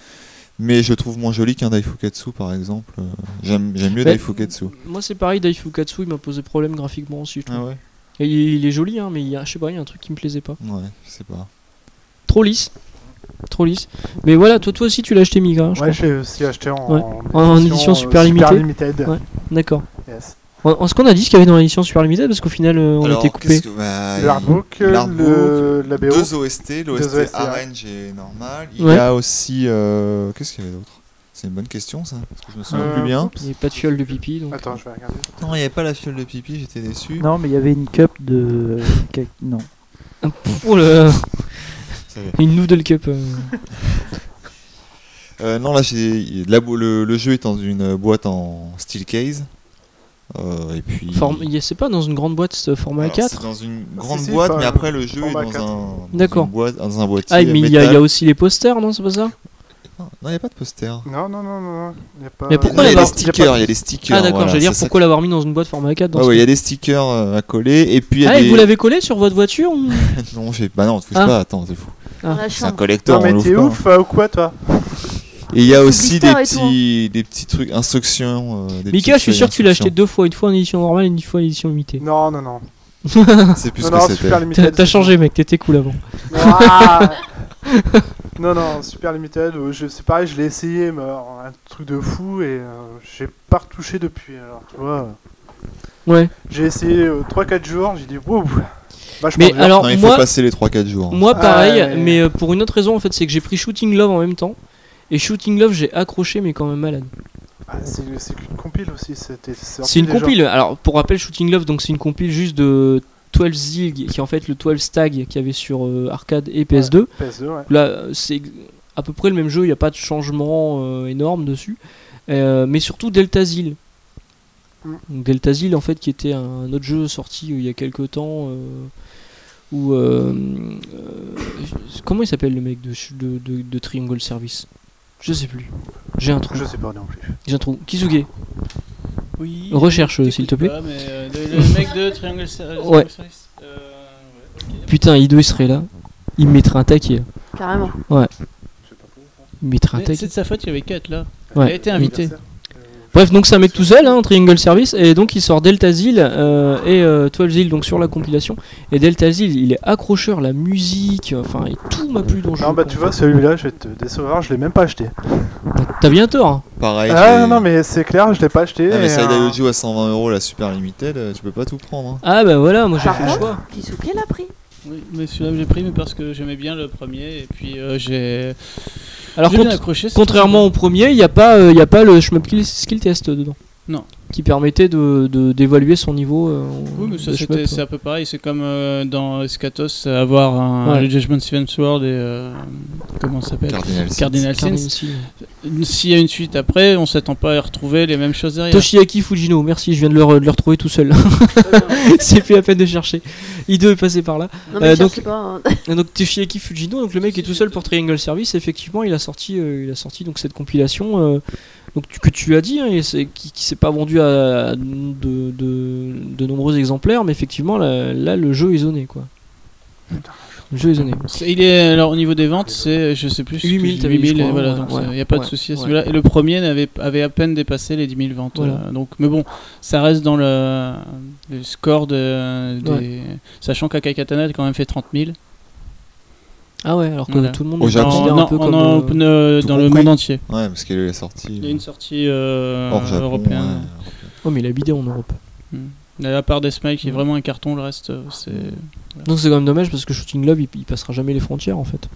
[SPEAKER 3] Mais je trouve moins joli qu'un Daifuketsu, par exemple. Euh, J'aime j'aime mieux
[SPEAKER 1] Bah,
[SPEAKER 3] Daifuketsu.
[SPEAKER 1] Moi c'est pareil, Daifukatsu il m'a posé problème graphiquement aussi. Je trouve.
[SPEAKER 3] Ah ouais.
[SPEAKER 1] Et il, il est joli hein, mais il y a, je sais pas, il y a un truc qui me plaisait pas.
[SPEAKER 3] Ouais, je sais pas.
[SPEAKER 1] Trop lisse. Trop lisse. Mais voilà, toi, toi aussi tu l'as acheté Migra. hein, je
[SPEAKER 2] Ouais,
[SPEAKER 1] crois.
[SPEAKER 2] j'ai aussi acheté en,
[SPEAKER 1] Ouais. En édition
[SPEAKER 2] euh,
[SPEAKER 1] super
[SPEAKER 2] limited.
[SPEAKER 1] Ouais. D'accord.
[SPEAKER 2] Yes.
[SPEAKER 1] En, en ce qu'on a dit ce qu'il y avait dans l'édition Super Limited parce qu'au final euh, on
[SPEAKER 3] Alors,
[SPEAKER 1] était coupé.
[SPEAKER 3] qu'est-ce que- bah,
[SPEAKER 2] Le artbook, le, la BO.
[SPEAKER 3] Deux OST,
[SPEAKER 2] Deux
[SPEAKER 3] l'OST
[SPEAKER 2] OST,
[SPEAKER 3] Arrange et normal. Il
[SPEAKER 1] Ouais.
[SPEAKER 3] y a aussi. euh, Qu'est-ce qu'il y avait d'autre C'est une bonne question ça Parce que je me souviens
[SPEAKER 2] Euh,
[SPEAKER 3] plus bien.
[SPEAKER 1] Il n'y avait pas de fiole de pipi donc.
[SPEAKER 2] Attends, je vais regarder.
[SPEAKER 3] Non, il n'y avait pas la fiole de pipi, j'étais déçu.
[SPEAKER 6] Non, mais il y avait une cup de. ca- Non.
[SPEAKER 1] Oh là là,
[SPEAKER 3] Ça y est.
[SPEAKER 1] une noodle cup. euh.
[SPEAKER 3] Euh, non, là, j'ai- la bo- le, le jeu est dans une boîte en steel case. Euh, et puis.
[SPEAKER 1] Forme- il y a- C'est pas dans une grande boîte ce format
[SPEAKER 3] Alors, c'est
[SPEAKER 1] A4
[SPEAKER 3] dans une grande
[SPEAKER 2] si,
[SPEAKER 3] boîte,
[SPEAKER 2] pas-
[SPEAKER 3] mais après le jeu est dans
[SPEAKER 2] format
[SPEAKER 3] un,
[SPEAKER 2] 4.
[SPEAKER 3] dans une
[SPEAKER 1] D'accord.
[SPEAKER 3] boîte- dans un boîtier.
[SPEAKER 1] Ah mais il y, a- il y
[SPEAKER 3] métal.
[SPEAKER 1] a aussi les posters non c'est pas ça
[SPEAKER 3] Non, il n'y a pas de poster.
[SPEAKER 2] Non, non, non, non, non. Y a pas...
[SPEAKER 1] Mais pourquoi
[SPEAKER 3] il y a
[SPEAKER 1] l'avoir-
[SPEAKER 3] des stickers, il y a des stickers.
[SPEAKER 1] Ah d'accord
[SPEAKER 3] voilà,
[SPEAKER 1] j'allais dire
[SPEAKER 3] c'est ça
[SPEAKER 1] pourquoi l'avoir mis dans une boîte format A4
[SPEAKER 3] que-
[SPEAKER 1] dans
[SPEAKER 3] Ouais,
[SPEAKER 1] ce
[SPEAKER 3] ouais, il y
[SPEAKER 1] cas.
[SPEAKER 3] a des stickers euh, à coller. Et puis il y a
[SPEAKER 1] Ah et
[SPEAKER 3] des-
[SPEAKER 1] vous l'avez collé sur votre voiture ou-
[SPEAKER 3] Non, j'ai bah non, touche
[SPEAKER 1] Ah.
[SPEAKER 3] pas, attends, c'est fou.
[SPEAKER 1] Ah.
[SPEAKER 4] Dans la
[SPEAKER 3] C'est un
[SPEAKER 4] chambre.
[SPEAKER 3] collector,
[SPEAKER 2] Non,
[SPEAKER 3] on
[SPEAKER 2] mais
[SPEAKER 3] l'ouvre
[SPEAKER 2] t'es
[SPEAKER 3] pas.
[SPEAKER 2] ouf euh, ou quoi, toi
[SPEAKER 3] Et il y a
[SPEAKER 4] C'est
[SPEAKER 3] aussi des
[SPEAKER 4] blister et tout,
[SPEAKER 2] hein.
[SPEAKER 3] petits des petits trucs instructions euh, des
[SPEAKER 1] Mika je
[SPEAKER 3] petites
[SPEAKER 1] suis sûr que tu l'as acheté
[SPEAKER 3] instructions.
[SPEAKER 1] deux fois, une fois en édition normale et une fois en édition limitée.
[SPEAKER 2] Non, non, non.
[SPEAKER 3] C'est plus
[SPEAKER 2] Non,
[SPEAKER 3] ce
[SPEAKER 2] non,
[SPEAKER 3] que
[SPEAKER 2] super
[SPEAKER 3] c'était.
[SPEAKER 1] T'as
[SPEAKER 2] limited.
[SPEAKER 1] t'as changé mec, t'étais cool avant.
[SPEAKER 2] Ouah. non, non, super limited. euh, je- C'est pareil, je l'ai essayé, mais alors, un truc de fou et euh, j'ai pas retouché depuis. Alors, tu vois, euh,
[SPEAKER 1] Ouais.
[SPEAKER 2] j'ai essayé 3-4 jours, j'ai dit wow, vachement
[SPEAKER 1] Mais
[SPEAKER 2] bien.
[SPEAKER 1] alors
[SPEAKER 3] Non, il faut
[SPEAKER 1] moi,
[SPEAKER 3] passer les 3-4 jours. hein.
[SPEAKER 1] moi pareil,
[SPEAKER 2] Ah, ouais.
[SPEAKER 1] mais euh, pour une autre raison en fait c'est que j'ai pris Shooting Love en même temps. Et Shooting Love j'ai accroché mais quand même malade.
[SPEAKER 2] Ah, c'est c'est qu'une compile aussi. c'était sorti
[SPEAKER 1] C'est une
[SPEAKER 2] déjà.
[SPEAKER 1] compile. Alors, pour rappel, Shooting Love, donc c'est une compile juste de 12 Zig, qui est en fait le 12 Stag qu'il y avait sur euh, arcade et PS2.
[SPEAKER 2] PS2, ouais.
[SPEAKER 1] Là, c'est ex- à peu près le même jeu, il n'y a pas de changement euh, énorme dessus. Euh, mais surtout Delta Zil.
[SPEAKER 2] Mm.
[SPEAKER 1] Donc, Delta Zil, en fait, qui était un autre jeu sorti euh, il y a quelques temps. euh, où, euh, euh, comment il s'appelle le mec de, de, de- de Triangle Service Je sais plus. J'ai un trou.
[SPEAKER 2] Je sais pas non plus.
[SPEAKER 1] J'ai un trou. Kisuge.
[SPEAKER 5] Oui,
[SPEAKER 1] Recherche,
[SPEAKER 5] t'écoutes
[SPEAKER 1] s'il te plaît.
[SPEAKER 5] pas, mais, euh, le, le mec de Triangle Ser-
[SPEAKER 1] Ouais.
[SPEAKER 5] Service, euh,
[SPEAKER 1] Putain, Ido, il serait là. Il me mettrait un taquet.
[SPEAKER 4] Carrément.
[SPEAKER 1] Il me mettrait un
[SPEAKER 5] mais
[SPEAKER 1] taquet.
[SPEAKER 5] C'est de sa faute, il y avait 4 là.
[SPEAKER 1] Ouais.
[SPEAKER 5] Il a été invité.
[SPEAKER 2] Euh,
[SPEAKER 1] Bref, donc c'est un mec tout seul, hein, Triangle Service, et donc il sort Delta Zeal euh, et euh, 12 Zeal donc sur la compilation. Et Delta Zeal, il est accrocheur, la musique, enfin, et tout m'a plu dans le
[SPEAKER 2] Non,
[SPEAKER 1] jeu,
[SPEAKER 2] bah
[SPEAKER 1] quoi.
[SPEAKER 2] tu vois, celui-là, je vais te décevoir, je l'ai même pas acheté.
[SPEAKER 1] T'as- T'as bien tort. hein.
[SPEAKER 3] Pareil.
[SPEAKER 2] Ah
[SPEAKER 3] j'ai-
[SPEAKER 2] non, mais c'est clair, je l'ai pas acheté.
[SPEAKER 3] Ah, mais
[SPEAKER 2] et,
[SPEAKER 3] Side
[SPEAKER 2] euh,
[SPEAKER 3] Audio à 120 euros la super limited, euh, tu peux pas tout prendre. hein.
[SPEAKER 1] Ah bah voilà, moi j'ai
[SPEAKER 4] Par
[SPEAKER 1] fait le
[SPEAKER 4] contre-
[SPEAKER 1] choix.
[SPEAKER 4] Kisuke l'a pris.
[SPEAKER 5] Oui, mais celui-là j'ai pris mais parce que j'aimais bien le premier et puis euh, j'ai
[SPEAKER 1] Alors
[SPEAKER 5] j'ai bien
[SPEAKER 1] cont-
[SPEAKER 5] accroché. c'est
[SPEAKER 1] contrairement au premier, il n'y a, pas, euh, il y a pas le Shmup Kill- Skill Test dedans.
[SPEAKER 5] Non.
[SPEAKER 1] Qui permettait d'évaluer de, d'évaluer son niveau. euh,
[SPEAKER 5] Oui, mais ça,
[SPEAKER 1] de
[SPEAKER 5] c'était-
[SPEAKER 1] shmup.
[SPEAKER 5] c'est un peu pareil. C'est comme euh, dans Escatos, avoir un,
[SPEAKER 1] Ouais.
[SPEAKER 5] le Judgment Steven Sword et. euh, comment ça s'appelle
[SPEAKER 3] Cardinal. Sin.
[SPEAKER 5] Cardinal
[SPEAKER 1] Cardinal
[SPEAKER 5] Sins.
[SPEAKER 1] Sin.
[SPEAKER 5] S'il y a une suite après, on s'attend pas à retrouver les mêmes choses derrière.
[SPEAKER 1] Toshiaki Fujino, merci, je viens de le, re- de le retrouver tout seul. c'est plus la peine de chercher. Ido est passé par là.
[SPEAKER 4] Non, mais
[SPEAKER 1] Euh,
[SPEAKER 4] je
[SPEAKER 1] donc-
[SPEAKER 4] cherche pas. hein.
[SPEAKER 1] Et donc Toshiaki Fujino, donc le mec est tout seul pour Triangle Service. Effectivement, il a sorti, euh, il a sorti donc cette compilation, euh, donc tu- que tu as dit, hein, et c'est- qui, qui s'est pas vendu à, à de, de- de nombreux exemplaires, mais effectivement là, là, le jeu est zoné quoi. Le jeu est zoné.
[SPEAKER 5] C'est- Il est, alors au niveau des ventes, c'est je sais plus
[SPEAKER 1] 8000,
[SPEAKER 5] que-
[SPEAKER 1] t'avais dit,
[SPEAKER 5] 8000,
[SPEAKER 1] je
[SPEAKER 5] et
[SPEAKER 1] crois,
[SPEAKER 5] voilà,
[SPEAKER 1] ouais,
[SPEAKER 5] donc
[SPEAKER 1] ouais,
[SPEAKER 5] il n'y a pas de
[SPEAKER 1] ouais,
[SPEAKER 5] souci à
[SPEAKER 1] ouais.
[SPEAKER 5] celui-là. Et le premier avait, avait à peine dépassé les 10 000 ventes.
[SPEAKER 1] Voilà.
[SPEAKER 5] euh, donc, mais bon, ça reste dans le, le score de, des-
[SPEAKER 1] Ouais.
[SPEAKER 5] sachant qu'Akakatana a quand même fait 30 000
[SPEAKER 1] Ah ouais, alors que
[SPEAKER 5] Voilà.
[SPEAKER 1] tout le monde
[SPEAKER 3] Au
[SPEAKER 1] le
[SPEAKER 3] Japon.
[SPEAKER 1] considère
[SPEAKER 5] en,
[SPEAKER 1] un peu
[SPEAKER 5] en-
[SPEAKER 1] comme.
[SPEAKER 5] en
[SPEAKER 1] euh,
[SPEAKER 5] open, euh,
[SPEAKER 3] tout
[SPEAKER 5] dans le
[SPEAKER 3] compris.
[SPEAKER 5] monde entier.
[SPEAKER 3] Ouais, parce qu'elle est sortie
[SPEAKER 5] Il y a une sortie euh,
[SPEAKER 3] hors Japon.
[SPEAKER 5] européenne.
[SPEAKER 3] ouais.
[SPEAKER 1] Oh mais il a bidé en Europe.
[SPEAKER 5] Mais À part Deathmile qui est
[SPEAKER 1] Mm.
[SPEAKER 5] vraiment un carton, le reste euh, c'est.
[SPEAKER 1] Donc c'est quand même dommage parce que Shooting Love il, il passera jamais les frontières en fait.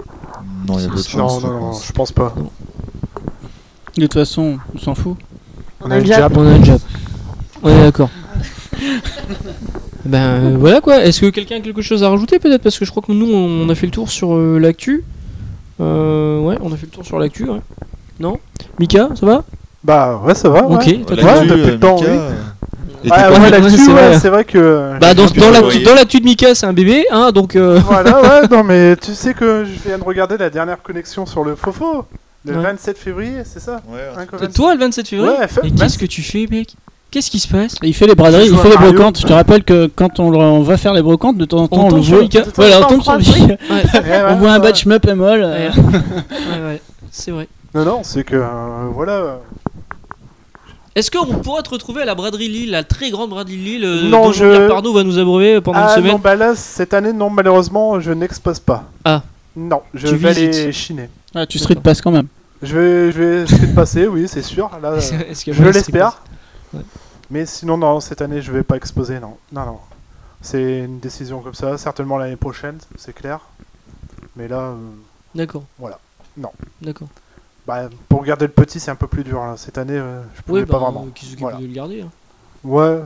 [SPEAKER 3] Non, il y a peu de
[SPEAKER 2] Non,
[SPEAKER 3] chance. je
[SPEAKER 2] non, non,
[SPEAKER 3] pense.
[SPEAKER 2] je pense pas.
[SPEAKER 5] De toute façon, on s'en fout.
[SPEAKER 4] On a le Jap.
[SPEAKER 1] On a le Jap. On est d'accord. ben euh, voilà quoi. Est-ce que quelqu'un a quelque chose à rajouter peut-être Parce que je crois que nous on a fait le tour sur euh, l'actu. Euh, ouais, on a fait le tour sur l'actu. ouais. Non Mika, ça va
[SPEAKER 2] Bah ouais, ça va.
[SPEAKER 1] Ok,
[SPEAKER 2] ouais.
[SPEAKER 1] toi,
[SPEAKER 3] La
[SPEAKER 1] t'as-
[SPEAKER 2] Ouais,
[SPEAKER 3] Glu,
[SPEAKER 2] depuis le
[SPEAKER 3] euh,
[SPEAKER 2] temps,
[SPEAKER 3] Mika,
[SPEAKER 2] oui.
[SPEAKER 3] euh, était
[SPEAKER 2] Ah, Ouais,
[SPEAKER 3] pas-
[SPEAKER 1] ouais,
[SPEAKER 2] ouais, là-dessus,
[SPEAKER 1] c'est
[SPEAKER 2] ouais,
[SPEAKER 1] vrai.
[SPEAKER 2] c'est vrai que.
[SPEAKER 1] Bah, dans,
[SPEAKER 3] pu
[SPEAKER 1] dans l'actu,
[SPEAKER 3] envoyer.
[SPEAKER 1] dans l'actu de Mika, c'est un bébé, hein, donc. euh,
[SPEAKER 2] Voilà, ouais, non, mais tu sais que je viens de regarder la dernière connexion sur le Fofo, le
[SPEAKER 1] Ouais.
[SPEAKER 2] 27 février, c'est ça
[SPEAKER 3] Ouais,
[SPEAKER 2] Hein, quand
[SPEAKER 1] c'est
[SPEAKER 2] même.
[SPEAKER 1] Toi, le 27 février
[SPEAKER 2] Ouais, fait-
[SPEAKER 1] Mais qu'est-ce que tu fais, mec Qu'est-ce qui se passe
[SPEAKER 5] Il fait les braderies,
[SPEAKER 2] Je
[SPEAKER 5] il
[SPEAKER 2] joue
[SPEAKER 5] fait
[SPEAKER 2] à
[SPEAKER 5] les
[SPEAKER 2] Mario.
[SPEAKER 5] brocantes. Je te rappelle que quand on, le- on va faire les brocantes, de temps en temps,
[SPEAKER 1] On
[SPEAKER 5] on, le
[SPEAKER 1] tombe sur
[SPEAKER 5] voit.
[SPEAKER 1] Mika.
[SPEAKER 5] Voilà, on tombe
[SPEAKER 4] Attends,
[SPEAKER 5] sur Mika.
[SPEAKER 1] Ouais,
[SPEAKER 2] Eh, ouais,
[SPEAKER 5] On voit
[SPEAKER 2] ouais.
[SPEAKER 5] un batch up et molle.
[SPEAKER 1] ouais,
[SPEAKER 5] euh,
[SPEAKER 1] ouais, ouais, c'est vrai.
[SPEAKER 2] Non, non, c'est que. euh, voilà. euh,
[SPEAKER 1] Est-ce qu'on pourra te retrouver à la braderie Lille, la très grande braderie Lille euh,
[SPEAKER 2] Non,
[SPEAKER 1] dont
[SPEAKER 2] je-
[SPEAKER 1] Jean-Pierre Pardo va nous abreuver pendant
[SPEAKER 2] Ah
[SPEAKER 1] une semaine
[SPEAKER 2] non, bah là, cette année, non, malheureusement, je n'expose pas.
[SPEAKER 1] Ah.
[SPEAKER 2] Non, je
[SPEAKER 1] Tu
[SPEAKER 2] vais
[SPEAKER 1] visites.
[SPEAKER 2] aller chiner.
[SPEAKER 5] Ah, tu street passes quand même.
[SPEAKER 2] Je vais, je vais essayer de passer, oui, c'est sûr. Là, euh,
[SPEAKER 1] Est-ce qu'il y a
[SPEAKER 2] je
[SPEAKER 1] moyen de
[SPEAKER 2] l'espère.
[SPEAKER 1] Ouais.
[SPEAKER 2] Mais sinon, non, cette année, je vais pas exposer, non. Non, non. C'est une décision comme ça, certainement l'année prochaine, c'est clair. Mais là, euh,
[SPEAKER 1] D'accord.
[SPEAKER 2] Voilà. Non.
[SPEAKER 1] D'accord.
[SPEAKER 2] bah, pour garder le petit, c'est un peu plus dur. là. Cette année, euh, je pouvais
[SPEAKER 1] Oui, bah,
[SPEAKER 2] pas vraiment.
[SPEAKER 1] qui
[SPEAKER 2] Voilà.
[SPEAKER 1] de le garder. hein.
[SPEAKER 2] Ouais.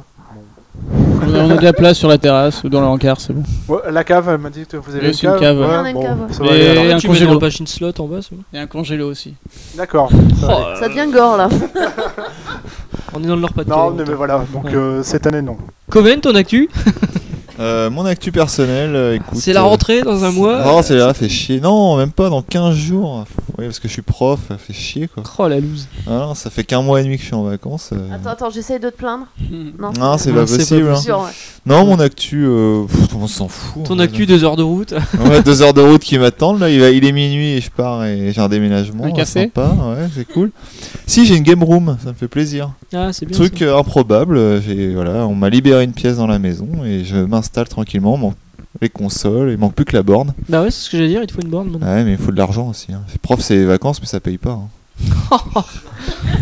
[SPEAKER 5] On a, on a de la place sur la terrasse ou dans le rencard, c'est bon.
[SPEAKER 2] Ouais, La cave, elle m'a dit que vous avez
[SPEAKER 5] Oui,
[SPEAKER 2] une
[SPEAKER 5] c'est une
[SPEAKER 2] cave.
[SPEAKER 5] cave, ouais.
[SPEAKER 4] Oui, on a une cave, ouais.
[SPEAKER 2] ça va
[SPEAKER 5] Et-
[SPEAKER 2] aller, alors.
[SPEAKER 5] un
[SPEAKER 1] tu mets dans
[SPEAKER 5] congélo.
[SPEAKER 1] le patching slot en bas, c'est bon.
[SPEAKER 5] Il y a un congélo aussi.
[SPEAKER 2] D'accord. ça va aller.
[SPEAKER 1] Oh,
[SPEAKER 4] Ça devient gore là.
[SPEAKER 1] On est dans le nord pas de
[SPEAKER 2] Non, mais voilà. Donc euh, cette année, non.
[SPEAKER 1] Comment ton actu
[SPEAKER 3] Euh, mon actu personnel, euh, écoute.
[SPEAKER 1] C'est la
[SPEAKER 3] euh,
[SPEAKER 1] rentrée dans un mois.
[SPEAKER 3] Non, c'est là, fait chier. Non, même pas dans 15 jours. Oui, parce que je suis prof, ça fait chier quoi.
[SPEAKER 1] Oh la loose.
[SPEAKER 3] Ah, non, ça fait qu'un mois et demi que je suis en vacances. euh.
[SPEAKER 4] Attends, attends, j'essaye de te plaindre. Non,
[SPEAKER 3] Non, c'est pas
[SPEAKER 1] Non, c'est pas
[SPEAKER 3] possible. hein.
[SPEAKER 4] c'est dur, ouais.
[SPEAKER 3] Non, mon actu, euh, pff, on s'en
[SPEAKER 5] Oh,
[SPEAKER 3] fout.
[SPEAKER 1] Ton
[SPEAKER 3] hein.
[SPEAKER 1] actu, deux heures de route.
[SPEAKER 3] Ouais, deux heures de route qui m'attendent. Là, il, va- il est minuit et je pars et j'ai un déménagement.
[SPEAKER 5] Un
[SPEAKER 3] euh,
[SPEAKER 5] café
[SPEAKER 3] sympa, ouais, c'est cool. Si, j'ai une game room, ça me fait plaisir.
[SPEAKER 1] Ah, c'est bien.
[SPEAKER 3] Truc
[SPEAKER 1] ça.
[SPEAKER 3] euh, improbable. euh, j'ai- Voilà, on m'a libéré une pièce dans la maison et je m'installe tranquillement. mon- les consoles, il manque plus que la borne. Ah
[SPEAKER 1] Bah ouais, c'est ce que j'allais dire, il te faut une borne maintenant.
[SPEAKER 3] Ouais, mais il faut de l'argent aussi. hein. Prof, c'est les vacances, mais ça paye pas. hein.
[SPEAKER 5] Ah.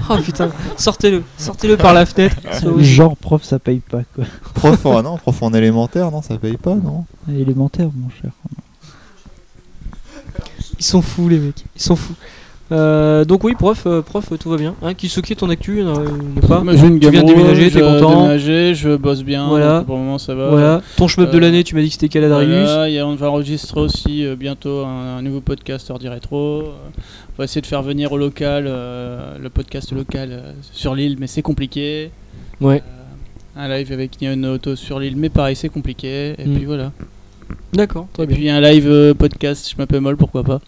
[SPEAKER 1] Oh putain, sortez-le, sortez-le par la fenêtre. C'est pas possible.
[SPEAKER 6] Genre prof, ça paye pas quoi.
[SPEAKER 3] Prof, en- ah non, prof en élémentaire, non, ça paye pas, non
[SPEAKER 6] Élémentaire, mon cher.
[SPEAKER 1] Ils sont fous les mecs, ils sont fous. Euh, donc oui, prof, euh, prof, tout va bien. Hein, Kisuke, ton actu, euh, n'est pas.
[SPEAKER 5] Moi, j'ai une
[SPEAKER 1] Tu viens de
[SPEAKER 5] Gamero,
[SPEAKER 1] déménager, t'es
[SPEAKER 5] je
[SPEAKER 1] content
[SPEAKER 5] déménager, je bosse bien.
[SPEAKER 1] Voilà.
[SPEAKER 5] donc Pour le moment, ça va.
[SPEAKER 1] Voilà. Ton shmup de
[SPEAKER 5] Euh,
[SPEAKER 1] l'année, tu m'as dit que c'était Caladarius.
[SPEAKER 5] Voilà, il y a- on va enregistrer aussi euh, bientôt un, un nouveau podcast Ordi Rétro. Euh, On va essayer de faire venir au local euh, le podcast local euh, sur l'île, mais c'est compliqué.
[SPEAKER 1] Ouais.
[SPEAKER 5] Euh, un live avec Nyon Auto sur l'île, mais pareil, c'est compliqué. Et
[SPEAKER 1] Mm.
[SPEAKER 5] puis voilà.
[SPEAKER 1] D'accord,
[SPEAKER 5] Et
[SPEAKER 1] très bien.
[SPEAKER 5] puis un live euh, podcast, je m'appelle Moll, pourquoi pas.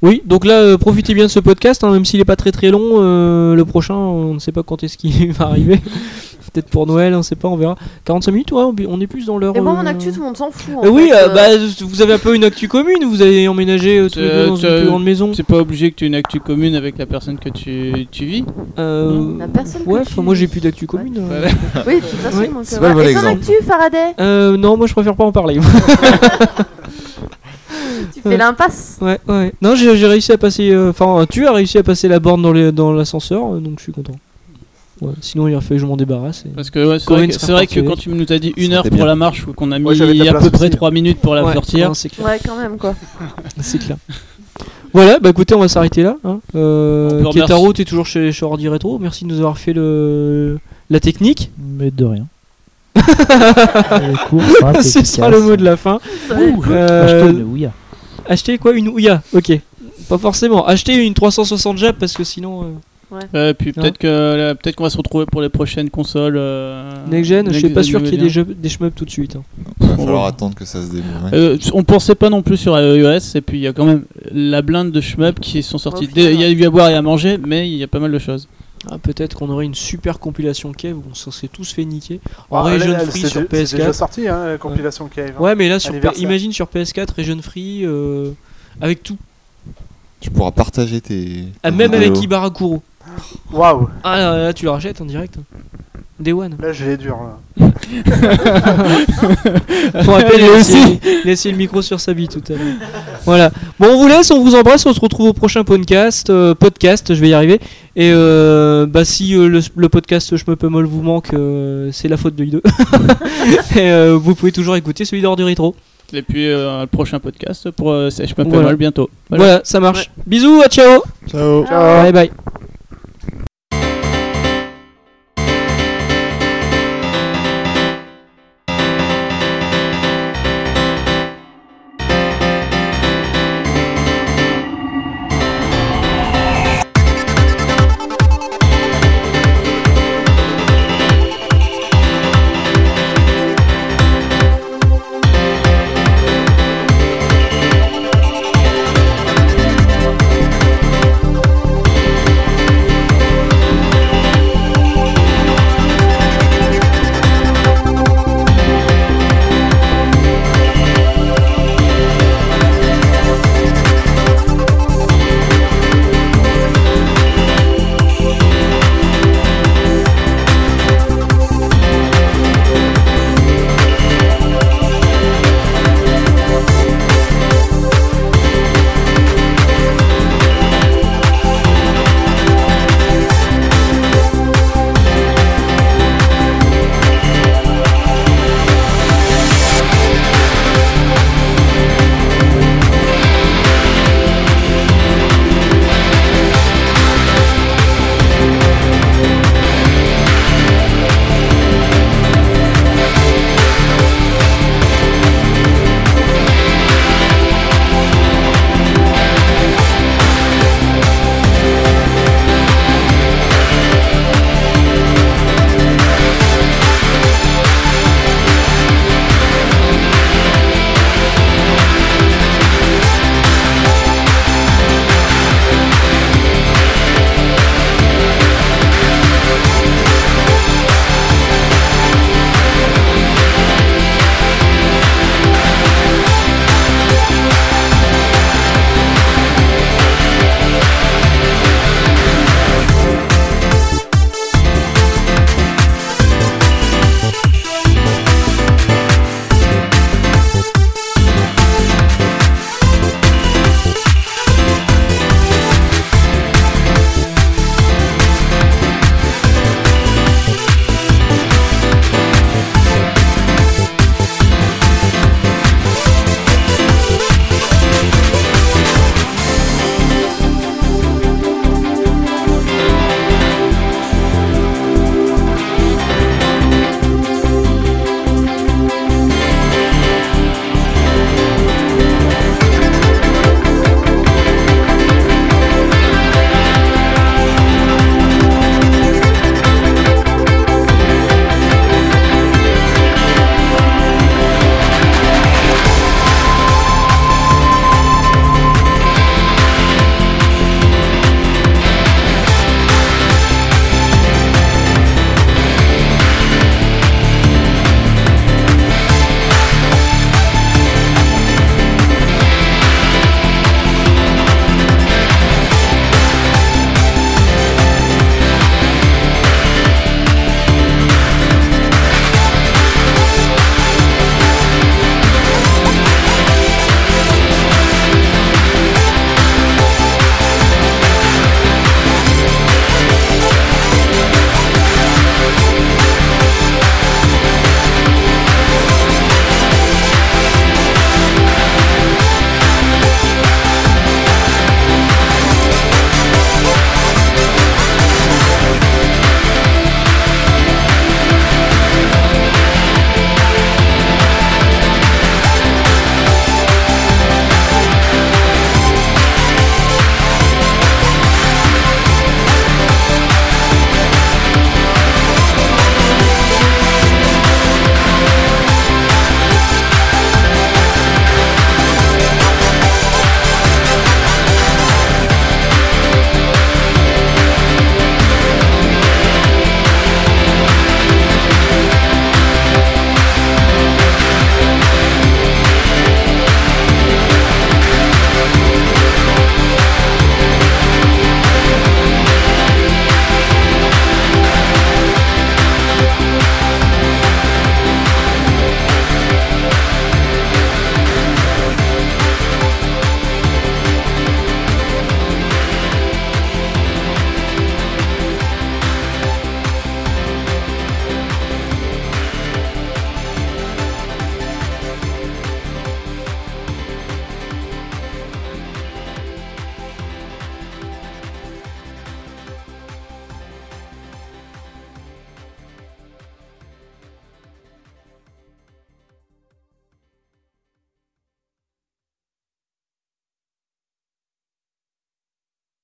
[SPEAKER 1] Oui, donc là, euh, profitez bien de ce podcast, hein, même s'il n'est pas très très long. euh, le prochain, on ne sait pas quand est-ce qu'il va arriver. peut-être pour Noël, on sait pas, on verra. 45 minutes, ouais, on bi- on est plus dans l'heure.
[SPEAKER 4] Et moi, mon
[SPEAKER 1] euh,
[SPEAKER 4] actu, tout le monde s'en fout. en
[SPEAKER 1] Euh, oui,
[SPEAKER 4] fait,
[SPEAKER 1] euh,
[SPEAKER 4] euh,
[SPEAKER 1] bah, vous avez un peu une actu commune, vous avez emménagé euh, tous les
[SPEAKER 5] Euh,
[SPEAKER 1] deux dans une
[SPEAKER 5] t'as-
[SPEAKER 1] plus grande maison.
[SPEAKER 5] C'est pas obligé que tu aies une actu commune avec la personne que tu, tu vis.
[SPEAKER 1] Euh,
[SPEAKER 4] La Hmm. Bah, personne que
[SPEAKER 1] ouais,
[SPEAKER 4] tu-
[SPEAKER 1] enfin, moi j'ai plus d'actu commune. euh.
[SPEAKER 5] Voilà.
[SPEAKER 4] Oui, de toute façon,
[SPEAKER 1] Oui.
[SPEAKER 4] donc,
[SPEAKER 3] C'est
[SPEAKER 4] euh,
[SPEAKER 3] pas le
[SPEAKER 4] voilà.
[SPEAKER 3] bon
[SPEAKER 4] Et ton
[SPEAKER 3] exemple.
[SPEAKER 4] actu, Faraday
[SPEAKER 1] Euh, non, moi je préfère pas en parler.
[SPEAKER 4] Tu
[SPEAKER 1] Ouais.
[SPEAKER 4] fais l'impasse.
[SPEAKER 1] ouais, ouais. Non, j'ai j'ai réussi à passer. euh, Enfin, tu as réussi à passer la borne dans le- dans l'ascenseur, euh, donc je suis content. Ouais, sinon, il aurait fallu que je m'en débarrasse. et-
[SPEAKER 5] Parce que ouais, c'est
[SPEAKER 1] Corinne
[SPEAKER 5] vrai, que-
[SPEAKER 1] sera
[SPEAKER 5] c'est vrai que
[SPEAKER 1] partie
[SPEAKER 5] quand
[SPEAKER 1] avec.
[SPEAKER 5] tu nous as dit une
[SPEAKER 3] Ça
[SPEAKER 5] heure
[SPEAKER 3] aurait été
[SPEAKER 5] pour
[SPEAKER 3] bien.
[SPEAKER 5] la marche ou qu'on a mis
[SPEAKER 2] Ouais, j'avais de la
[SPEAKER 5] à peu
[SPEAKER 2] place
[SPEAKER 5] près
[SPEAKER 2] aussi,
[SPEAKER 5] trois minutes pour la
[SPEAKER 1] Ouais,
[SPEAKER 5] sortir,
[SPEAKER 1] non, c'est clair.
[SPEAKER 4] Ouais, quand même, quoi.
[SPEAKER 1] C'est clair. Voilà, bah écoutez, on va s'arrêter là. Hein. Euh,
[SPEAKER 5] On peut
[SPEAKER 1] Ketaro,
[SPEAKER 5] remercier-
[SPEAKER 1] t'es toujours chez, chez Ordi Retro. Merci de nous avoir fait le la technique.
[SPEAKER 6] Mais de rien. Le cours
[SPEAKER 2] Ah,
[SPEAKER 6] simple,
[SPEAKER 1] C'est ça le
[SPEAKER 6] efficace.
[SPEAKER 1] mot de la fin.
[SPEAKER 4] Ça va.
[SPEAKER 1] Euh,
[SPEAKER 6] Hashtag le ouïa.
[SPEAKER 1] acheter quoi Une Ouya. Ok. Pas forcément. Acheter une 360 Jap parce que sinon. euh,
[SPEAKER 5] euh, puis
[SPEAKER 1] Non.
[SPEAKER 5] peut-être que là, peut-être qu'on va se retrouver pour les prochaines consoles. euh,
[SPEAKER 1] Ah, Next Gen, E je suis pas sûr qu'il y ait des,
[SPEAKER 5] nouvelles.
[SPEAKER 1] jeux, des shmups tout de suite. hein.
[SPEAKER 3] Il va falloir
[SPEAKER 5] Ouais.
[SPEAKER 3] attendre que ça se démoule. ouais.
[SPEAKER 5] Euh, on pensait pas non plus sur iOS et puis il y a quand même la blinde de shmup qui sont sortis.
[SPEAKER 4] Au final.
[SPEAKER 5] Il y a eu à boire et à manger, mais il y a pas mal de choses.
[SPEAKER 1] Ah, Peut-être qu'on aurait une super compilation Cave où on s'en serait tous fait niquer. En
[SPEAKER 2] Ah, là,
[SPEAKER 1] Region
[SPEAKER 2] là,
[SPEAKER 1] Free
[SPEAKER 2] c'est
[SPEAKER 1] sur
[SPEAKER 2] dé- C'est déjà
[SPEAKER 1] PS4.
[SPEAKER 2] sorti, hein, la compilation Cave. hein.
[SPEAKER 1] Ouais, mais là, sur P-
[SPEAKER 2] Anniversaire.
[SPEAKER 1] imagine sur PS4, Region Free, euh, avec tout.
[SPEAKER 3] Tu pourras partager tes.
[SPEAKER 1] Ah,
[SPEAKER 3] tes
[SPEAKER 1] même
[SPEAKER 3] vidéos.
[SPEAKER 1] avec
[SPEAKER 2] oh.
[SPEAKER 1] Ibarakuro.
[SPEAKER 2] Waouh,
[SPEAKER 1] Ah là, là, tu le rachètes en direct. hein. Day One.
[SPEAKER 2] là j'ai les durs. Là.
[SPEAKER 1] Pour rappel, il
[SPEAKER 5] Lui
[SPEAKER 1] a
[SPEAKER 5] aussi.
[SPEAKER 1] essayé- il a essayé le micro sur sa bite tout à l'heure. Voilà. Bon, on vous laisse, on vous embrasse, on se retrouve au prochain podcast. euh, podcast, je vais y arriver. Et euh, bah, si euh, le, le podcast Je me peux molle vous manque, euh, c'est la faute de Ido. Et euh, vous pouvez toujours écouter celui d'Or du Rétro.
[SPEAKER 5] Et puis euh, le prochain podcast pour euh, c'est- je m'appelle
[SPEAKER 1] Voilà.
[SPEAKER 5] mal bientôt. Voilà.
[SPEAKER 1] Voilà, ça marche. Bisous, à ciao.
[SPEAKER 3] Ciao.
[SPEAKER 1] Bye bye.